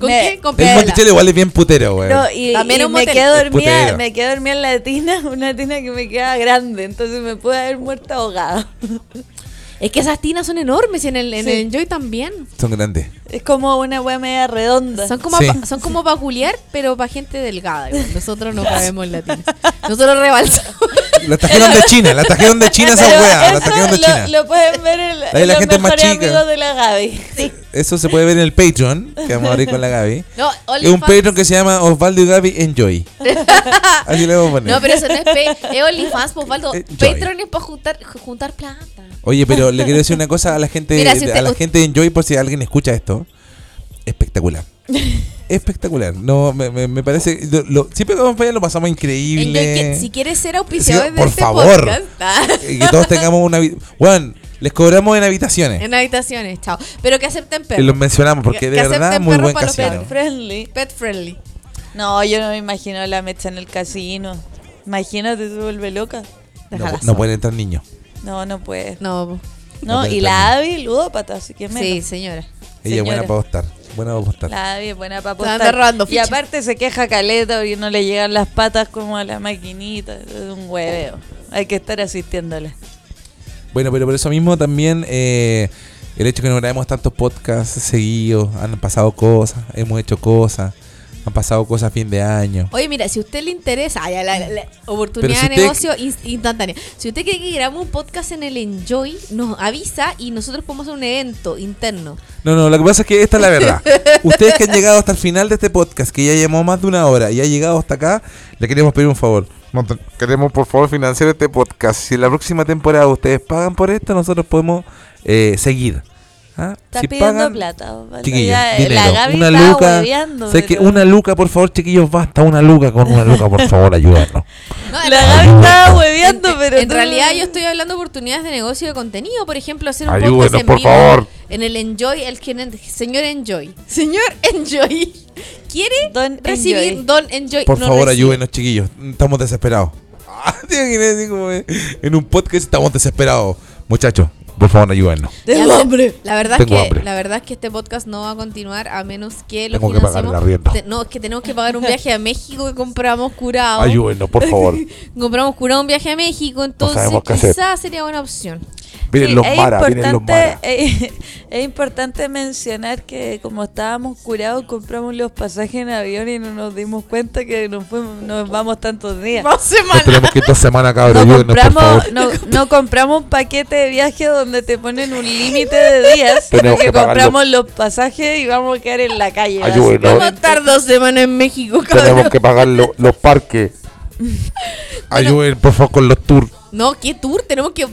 ¿Con
Me-
qué? Con
El
piola.
Monticello igual es bien putero, güey.
No, y,
También
y
un
me
motel.
quedé
Es
dormida,
putero.
me quedé dormida en la tina, una tina que me queda grande, entonces me pude haber muerto ahogada.
Es que esas tinas son enormes y en el, en
Sí.
el Enjoy también.
Son grandes.
Es como una wea media redonda.
Son como,
Sí.
pa- son como peculiar, pero para gente delgada. igual. Nosotros no cabemos latinos. Nosotros rebalsamos.
La trajeron de China, la trajeron de China esa
Pero
weá, la
eso
trajeron de
lo-
China.
Lo, pueden ver en,
Ahí
en
la
los
gente es más
mejores
chica.
amigos de la Gaby.
Eso se puede ver en el Patreon, que vamos a abrir con la Gaby.
No,
Es un
OnlyFans.
Patreon que se llama Osvaldo y Gaby Enjoy. Así le vamos a poner.
No, pero eso no es, pa- es OnlyFans, por falta.
Eh, Joy.
Patreon es para juntar, juntar plata.
Oye, pero le quiero decir una cosa a la gente,
Mira, si
a
usted-
la gente de Enjoy por si alguien escucha esto. Espectacular. Espectacular. No, me, me- me parece. lo- lo- siempre que vamos para allá lo pasamos
Enjoy, que-
increíble.
si quieres ser auspiciador
Sí,
de
por
este
favor.
podcast, ah,
Y que todos tengamos una. habi- Juan, les cobramos en habitaciones.
en habitaciones, chao. Pero que acepten
Y los
perros.
mencionamos porque
Que-
de
que
verdad
acepten
muy
perros
buen
para los
casino.
perros.
Friendly.
Pet friendly.
No, yo no me imagino la mecha en el casino. Imagínate, se vuelve loca.
No,
Déjala
no
sola.
pueden entrar niños.
No, no puede.
No,
No,
no puede
y la Abby, ludópata, así que menos.
sí, señora.
Ella es buena
Señora.
para apostar. Buena para apostar.
La Abby es buena para
Te anda
apostar.
robando
y
fichas.
aparte se queja caleta porque no le llegan las patas como a la maquinita. Es un hueveo. Hay que estar asistiéndole.
Bueno, pero por eso mismo también eh, el hecho que no grabemos tantos podcasts seguidos, han pasado cosas, hemos hecho cosas, han pasado cosas a fin de año.
Oye, mira, si a usted le interesa, ah, ya, la, la- la oportunidad
Pero si
de
usted-
negocio ins- instantánea. Si usted quiere que grabemos un podcast en el Enjoy, nos avisa y nosotros podemos hacer un evento interno.
No, no, lo que pasa es que esta es la verdad. Ustedes que han llegado hasta el final de este podcast, que ya llevamos más de una hora y ha llegado hasta acá, le queremos pedir un favor. Monta- Queremos por favor financiar este podcast. Si la próxima temporada ustedes pagan por esto, nosotros podemos eh, seguir. ¿Ah?
Está
Si
pidiendo
pagan-
plata. Osvaldo.
Chiquillos,
Ya, eh,
dinero,
la Gaby
una
está
luca.
hueveando,
Sé que
pero-
una luca, por favor, chiquillos, basta una luca con una luca, por favor, ayúdanos.
No,
La
en-
Gaby estaba
en,
hueveando, pero.
en
tú-
realidad yo estoy hablando de oportunidades de negocio y de contenido. Por ejemplo, hacer un
Ayúdenos,
podcast en
por
vivo
favor.
en el Enjoy. El que- señor Enjoy. Señor Enjoy. ¿Quiere
Don
recibir
Enjoy.
Don Enjoy?
Por
No
favor,
recibe.
ayúdenos, chiquillos. Estamos desesperados. Ah, ¿te imaginas así como en- eh. en un podcast estamos desesperados. Muchachos, por favor, ayúdenos.
Ya,
Tengo
mira,
hambre.
La verdad,
Tengo
es que,
hambre.
la verdad es que este podcast no va a continuar a menos que lo
Tengo que pagar el
financiemos.
arriendo.
Te- no, es que tenemos que pagar un viaje a México que compramos
Ah,
curado.
Ayúdenos, por favor.
compramos curado un viaje a México, entonces
sabemos qué hacer.
quizás sería buena opción.
Miren
Sí,
los
es
maras, miren los
importante-
maras.
eh, es importante mencionar que como estábamos curados, compramos los pasajes en avión y no nos dimos cuenta que nos, fuimos- nos vamos tantos días.
Dos
Nos
semanas.
tenemos que ir dos semanas, cabrón.
No
Ayúdenos, por favor.
compramos, no, no compramos un paquete de viaje donde te ponen un límite de días, sino
Tenemos
que
que pagarlo.
compramos los pasajes y vamos a quedar en la calle.
Ayúdenos.
Vamos a
básicamente.
estar dos semanas en México, cabrón.
Tenemos que pagar lo- los parques. Ayúdenos, por favor, con los tours.
No, ¿qué tour? Tenemos que.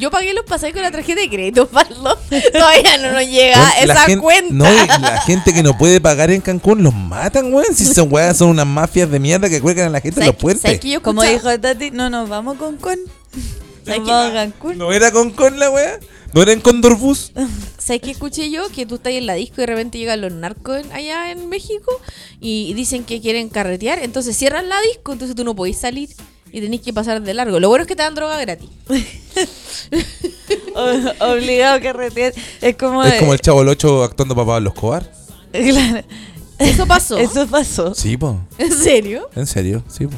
Yo pagué los pasajes con la tarjeta de crédito, Pablo. Todavía no nos llega
Weón, Pues, la
Ah, esa
gen-
cuenta.
no, y la gente que no puede pagar en Cancún los matan, weón. Si son weas, son unas mafias de mierda que cuelgan a la gente en
¿Sabes
los
qué- sabes
puentes.
qué yo
Como
escuchaba?
dijo Tati, no nos vamos con Con.
¿Sabes
Nos
qué?
vamos a Cancún.
¿No era Cancún la wea? ¿No era en Condorbus?
¿Sabes qué escuché yo? Que tú estás en la disco y de repente llegan los narcos en- allá en México y dicen que quieren carretear, entonces cierran la disco, entonces tú no podés salir y tenés que pasar de largo. Lo bueno es que te dan droga gratis.
O- Obligado que retirar. Es como.
Es como el Chavo el 8 actuando para Pablo Escobar.
Claro.
Eso pasó.
Eso pasó.
Sí, po.
¿En serio?
En serio, sí, po.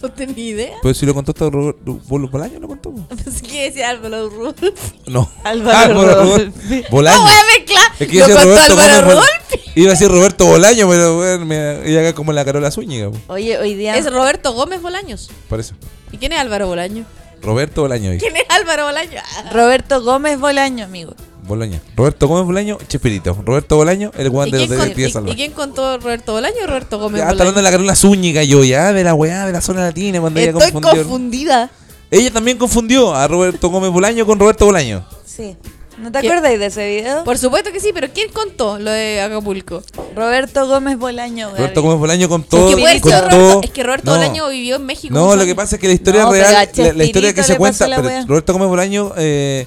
No tenía idea.
Pero si lo contó hasta Ro- Ro- Bol- Bolaño, ¿lo contó? po?
Pensé que decía Álvaro Rudolph.
No. Ah,
Álvaro
Álvaro
Rodolfo.
Rodolfo.
¡No
Bolaño.
voy a mezclar!
Es que
Lo
iba a decir
contó
Roberto Gómez
Álvaro
Bol-
Rudolph.
Iba a decir Roberto Bolaño, pero weón, me- y haga como la Carola Zúñiga, po.
Oye, hoy día.
Es Roberto Gómez Bolaños.
Por eso.
¿Y quién es Álvaro Bolaño?
Roberto Bolaño. dije.
¿Quién es Álvaro Bolaño? Ah.
Roberto Gómez Bolaño, amigo.
Bolaño. Roberto Gómez Bolaño, Chespirito. Roberto Bolaño, el guan
¿Y
de los
quién, con-
detectives
y- y
salvajes.
quién contó Roberto Bolaño o Roberto Gómez
Ya, está hablando
Bolaño?
de la Carolina Zúñiga yo, ya, de la weá, de la zona latina, cuando ella
Estoy
confundió.
confundida.
Ella también confundió a Roberto Gómez Bolaño con Roberto Bolaño.
Sí. ¿No te
¿Qué?
acordáis de ese video?
Por supuesto que sí, pero ¿quién contó lo de Acapulco?
Roberto Gómez Bolaño. Gaby.
Roberto Gómez Bolaño contó.
es, que puede ser
contó-
Roberto, es que Roberto
no.
Bolaño vivió en México.
No,
muchos
lo que
años.
pasa es que la historia
No, pero a
real, la, la historia
Chespirito
que se
le
cuenta,
pasó la
pero
wea.
Roberto Gómez Bolaño eh,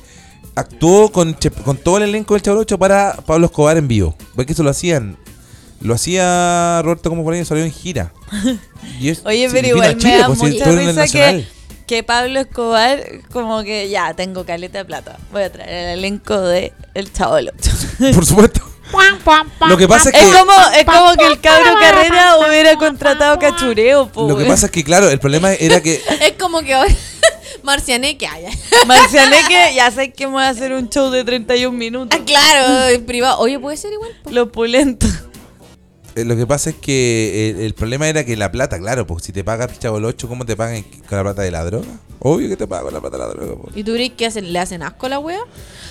actuó con, Chep- con todo el elenco del Chabrocho para Pablo Escobar en vivo. Porque eso lo hacían. Lo hacía Roberto Gómez Bolaño, salió en gira. Y es-
Oye,
sí,
pero
vino a
igual
Chile,
me da
pues, sí,
mucha
estuvo en el
risa que,
Nacional.
que Pablo Escobar, como que ya, tengo caleta de plata. Voy a traer el elenco de El Chabolo.
Por supuesto. Lo que pasa es que.
es, como, es como que el cabro Carrera hubiera contratado cachureo, pues, po,
Lo que
weón.
pasa es que, claro, el problema era que
Es como que ahora, Marcianeque, ah, ay, ay.
Marcianeque, ya sé que me voy a hacer un show de 31 minutos.
Ah, claro, en privado. Oye, puede ser igual. po?
Lo opulento.
Eh, Lo que pasa es que eh, el, el problema era que la plata, claro, pues si te pagas chavo el 8, ¿cómo te pagan con la plata de la droga? Obvio que te pagan con la plata de la droga. pues.
¿Y tú crees que hacen, le hacen asco a la wea?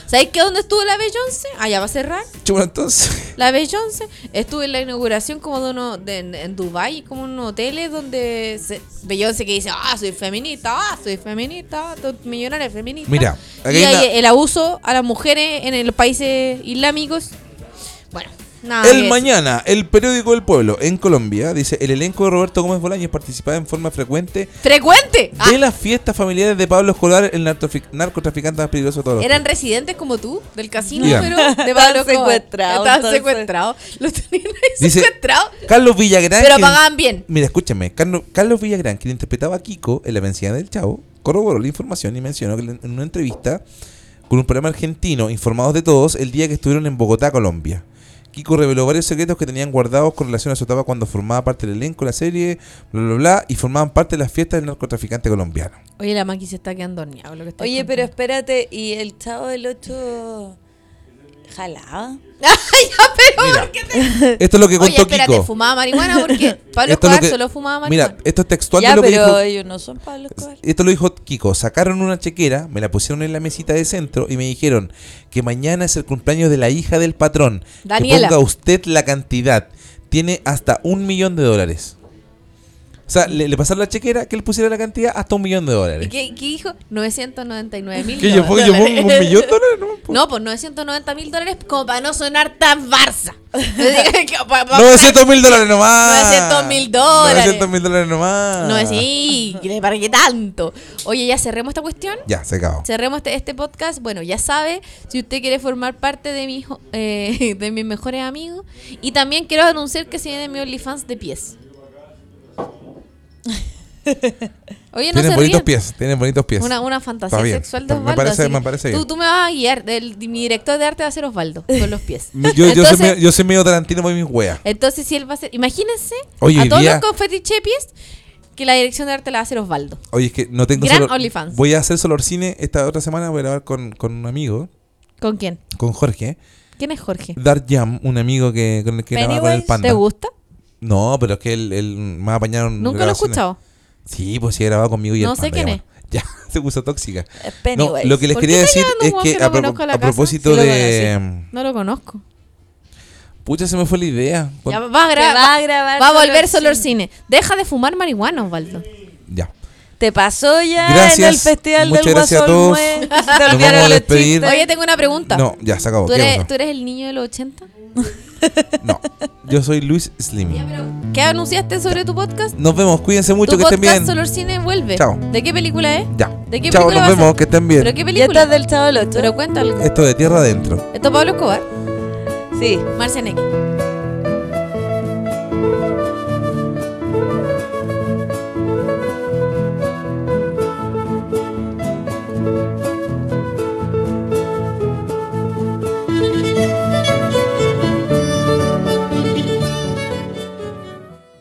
¿Sabéis que dónde estuvo la Beyoncé? Allá va a cerrar.
Chupa, entonces.
La Beyoncé estuvo en la inauguración como de uno de- en, en Dubai, como en unos hoteles donde se, Beyoncé que dice, ah, soy feminista, ah, soy feminista, ah, soy millonaria feminista.
Mira, aquí
y
hay
hay
una-
el abuso a las mujeres en los países islámicos. Bueno, nada. que
el
decir.
mañana, el periódico del pueblo en Colombia dice: el elenco de Roberto Gómez Bolaños participaba en forma frecuente
Frecuente. Ah,
de las fiestas familiares de Pablo Escolar, el narcotrafic- narcotraficante más peligroso de todos los
eran
tiempos.
residentes como tú del casino,
Ya.
pero de
Estaban
Pablo Escobar.
secuestrados,
Estaban
entonces.
secuestrados. Los tenían ahí
Dice-
secuestrados.
Carlos Villagrán.
Pero
quien-
pagaban bien.
Mira, escúchame. Carlo- Carlos Villagrán, quien interpretaba a Kiko en La Vencida del Chavo, corroboró la información y mencionó que en una entrevista con un programa argentino, informados de todos, el día que estuvieron en Bogotá, Colombia. Kiko reveló varios secretos que tenían guardados con relación a su etapa cuando formaba parte del elenco de la serie, bla, bla, bla, y formaban parte de las fiestas del narcotraficante colombiano.
Oye, la Maki se está quedando horneada con lo que estoy
Oye, pero
contando.
espérate, ¿y el chavo del 8 jalaba?
Ay, ya, pero
Mira,
¿por qué te
Esto es lo que
Oye,
contó
espérate,
Kiko.
fumaba marihuana porque Pablo
Esto es lo
Escobar
que-
solo fumaba marihuana.
Mira, esto es textual de
ya,
lo que
pero
dijo
ellos no son Pablo Escobar.
Esto lo dijo Kiko. Sacaron una chequera, me la pusieron en la mesita de centro y me dijeron que mañana es el cumpleaños de la hija del patrón. Que
Daniela.
ponga usted la cantidad. Tiene hasta un millón de dólares. O sea, le, le pasaron la chequera que él pusiera la cantidad hasta un millón de
¿Y
dólares.
qué, qué dijo? 999 mil
¿Qué, yo pongo- yo pongo un millón de dólares? No, po.
No, pues 990 mil dólares como para no sonar tan farsa. Que pa- pa-
900 mil dólares nomás.
900 mil dólares.
900 mil dólares nomás.
No, sí, que ¿para qué tanto? Oye, ya cerremos esta cuestión.
Ya, se acabó.
Cerremos este, este podcast. Bueno, ya sabe, si usted quiere formar parte de, mi, jo- eh, de mis mejores amigos. Y también quiero anunciar que se viene mi OnlyFans de pies. Oye, no
Tienen
se
bonitos
ríen.
pies. Tienen bonitos pies.
Una, una fantasía
Está bien.
sexual de
Me
Osvaldo.
parece-
así
me
que
parece
tú,
bien.
tú me vas a guiar. el- mi director de arte va a ser Osvaldo, con los pies.
Yo, yo, soy
Entonces-
medio, yo soy medio Tarantino muy mis weas.
Entonces, si él va a ser. Imagínense
Oye, hoy
a todos
día-
los confetiche de pies que la dirección de arte la va a hacer Osvaldo.
Oye, es que no tengo
Gran
solo-
OnlyFans.
Voy a hacer Solor Cine esta otra semana. Voy a grabar con, con un amigo,
¿Con quién?
con Jorge.
¿Quién es Jorge?
Dark Jam, un amigo que, con el que grababa con el
Pennywise,
panda.
¿Te gusta?
No, pero es que él, él me apañaron.
Nunca lo he escuchado.
Sí, pues sí, he grabado conmigo y
No
el
sé
panda,
quién
ya,
es.
bueno. Ya, se puso tóxica.
Es
No,
Pennywise.
lo que les
¿Por qué
quería
está
decir
llevando
es
un
que,
hueón que
a,
no
pro-
conozco a la
a
casa?
propósito
Sí lo
de.
No lo conozco.
Pucha, se me fue la idea. Con-
Ya va, a gra-
Te va a grabar
va a
Solor
volver solo al cine. Deja de fumar marihuana, Osvaldo.
Ya.
Te pasó ya en
Gracias,
el festival
muchas
del
gracias a
Guasol
todos.
Mue. Se te
Nos vamos
olvidaron
a
los
despedir.
chistes.
Oye, tengo una pregunta.
No, ya, se acabó.
¿Tú
¿Qué
eres,
pasó?
¿Tú eres el niño de los 80?
No, yo soy Luis Slim.
¿Qué anunciaste sobre tu podcast?
Nos vemos, cuídense mucho,
tu
que estén
podcast
bien.
Solor Cine vuelve.
Chao.
¿De qué película es?
Ya.
¿De qué
Chao,
película
nos
va a
vemos,
ser?
que estén bien.
¿Pero qué
Ya
película?
estás del chavo del 8.
Pero cuéntalo.
Esto de tierra adentro.
Esto es Pablo Escobar.
Sí.
Marcianeque.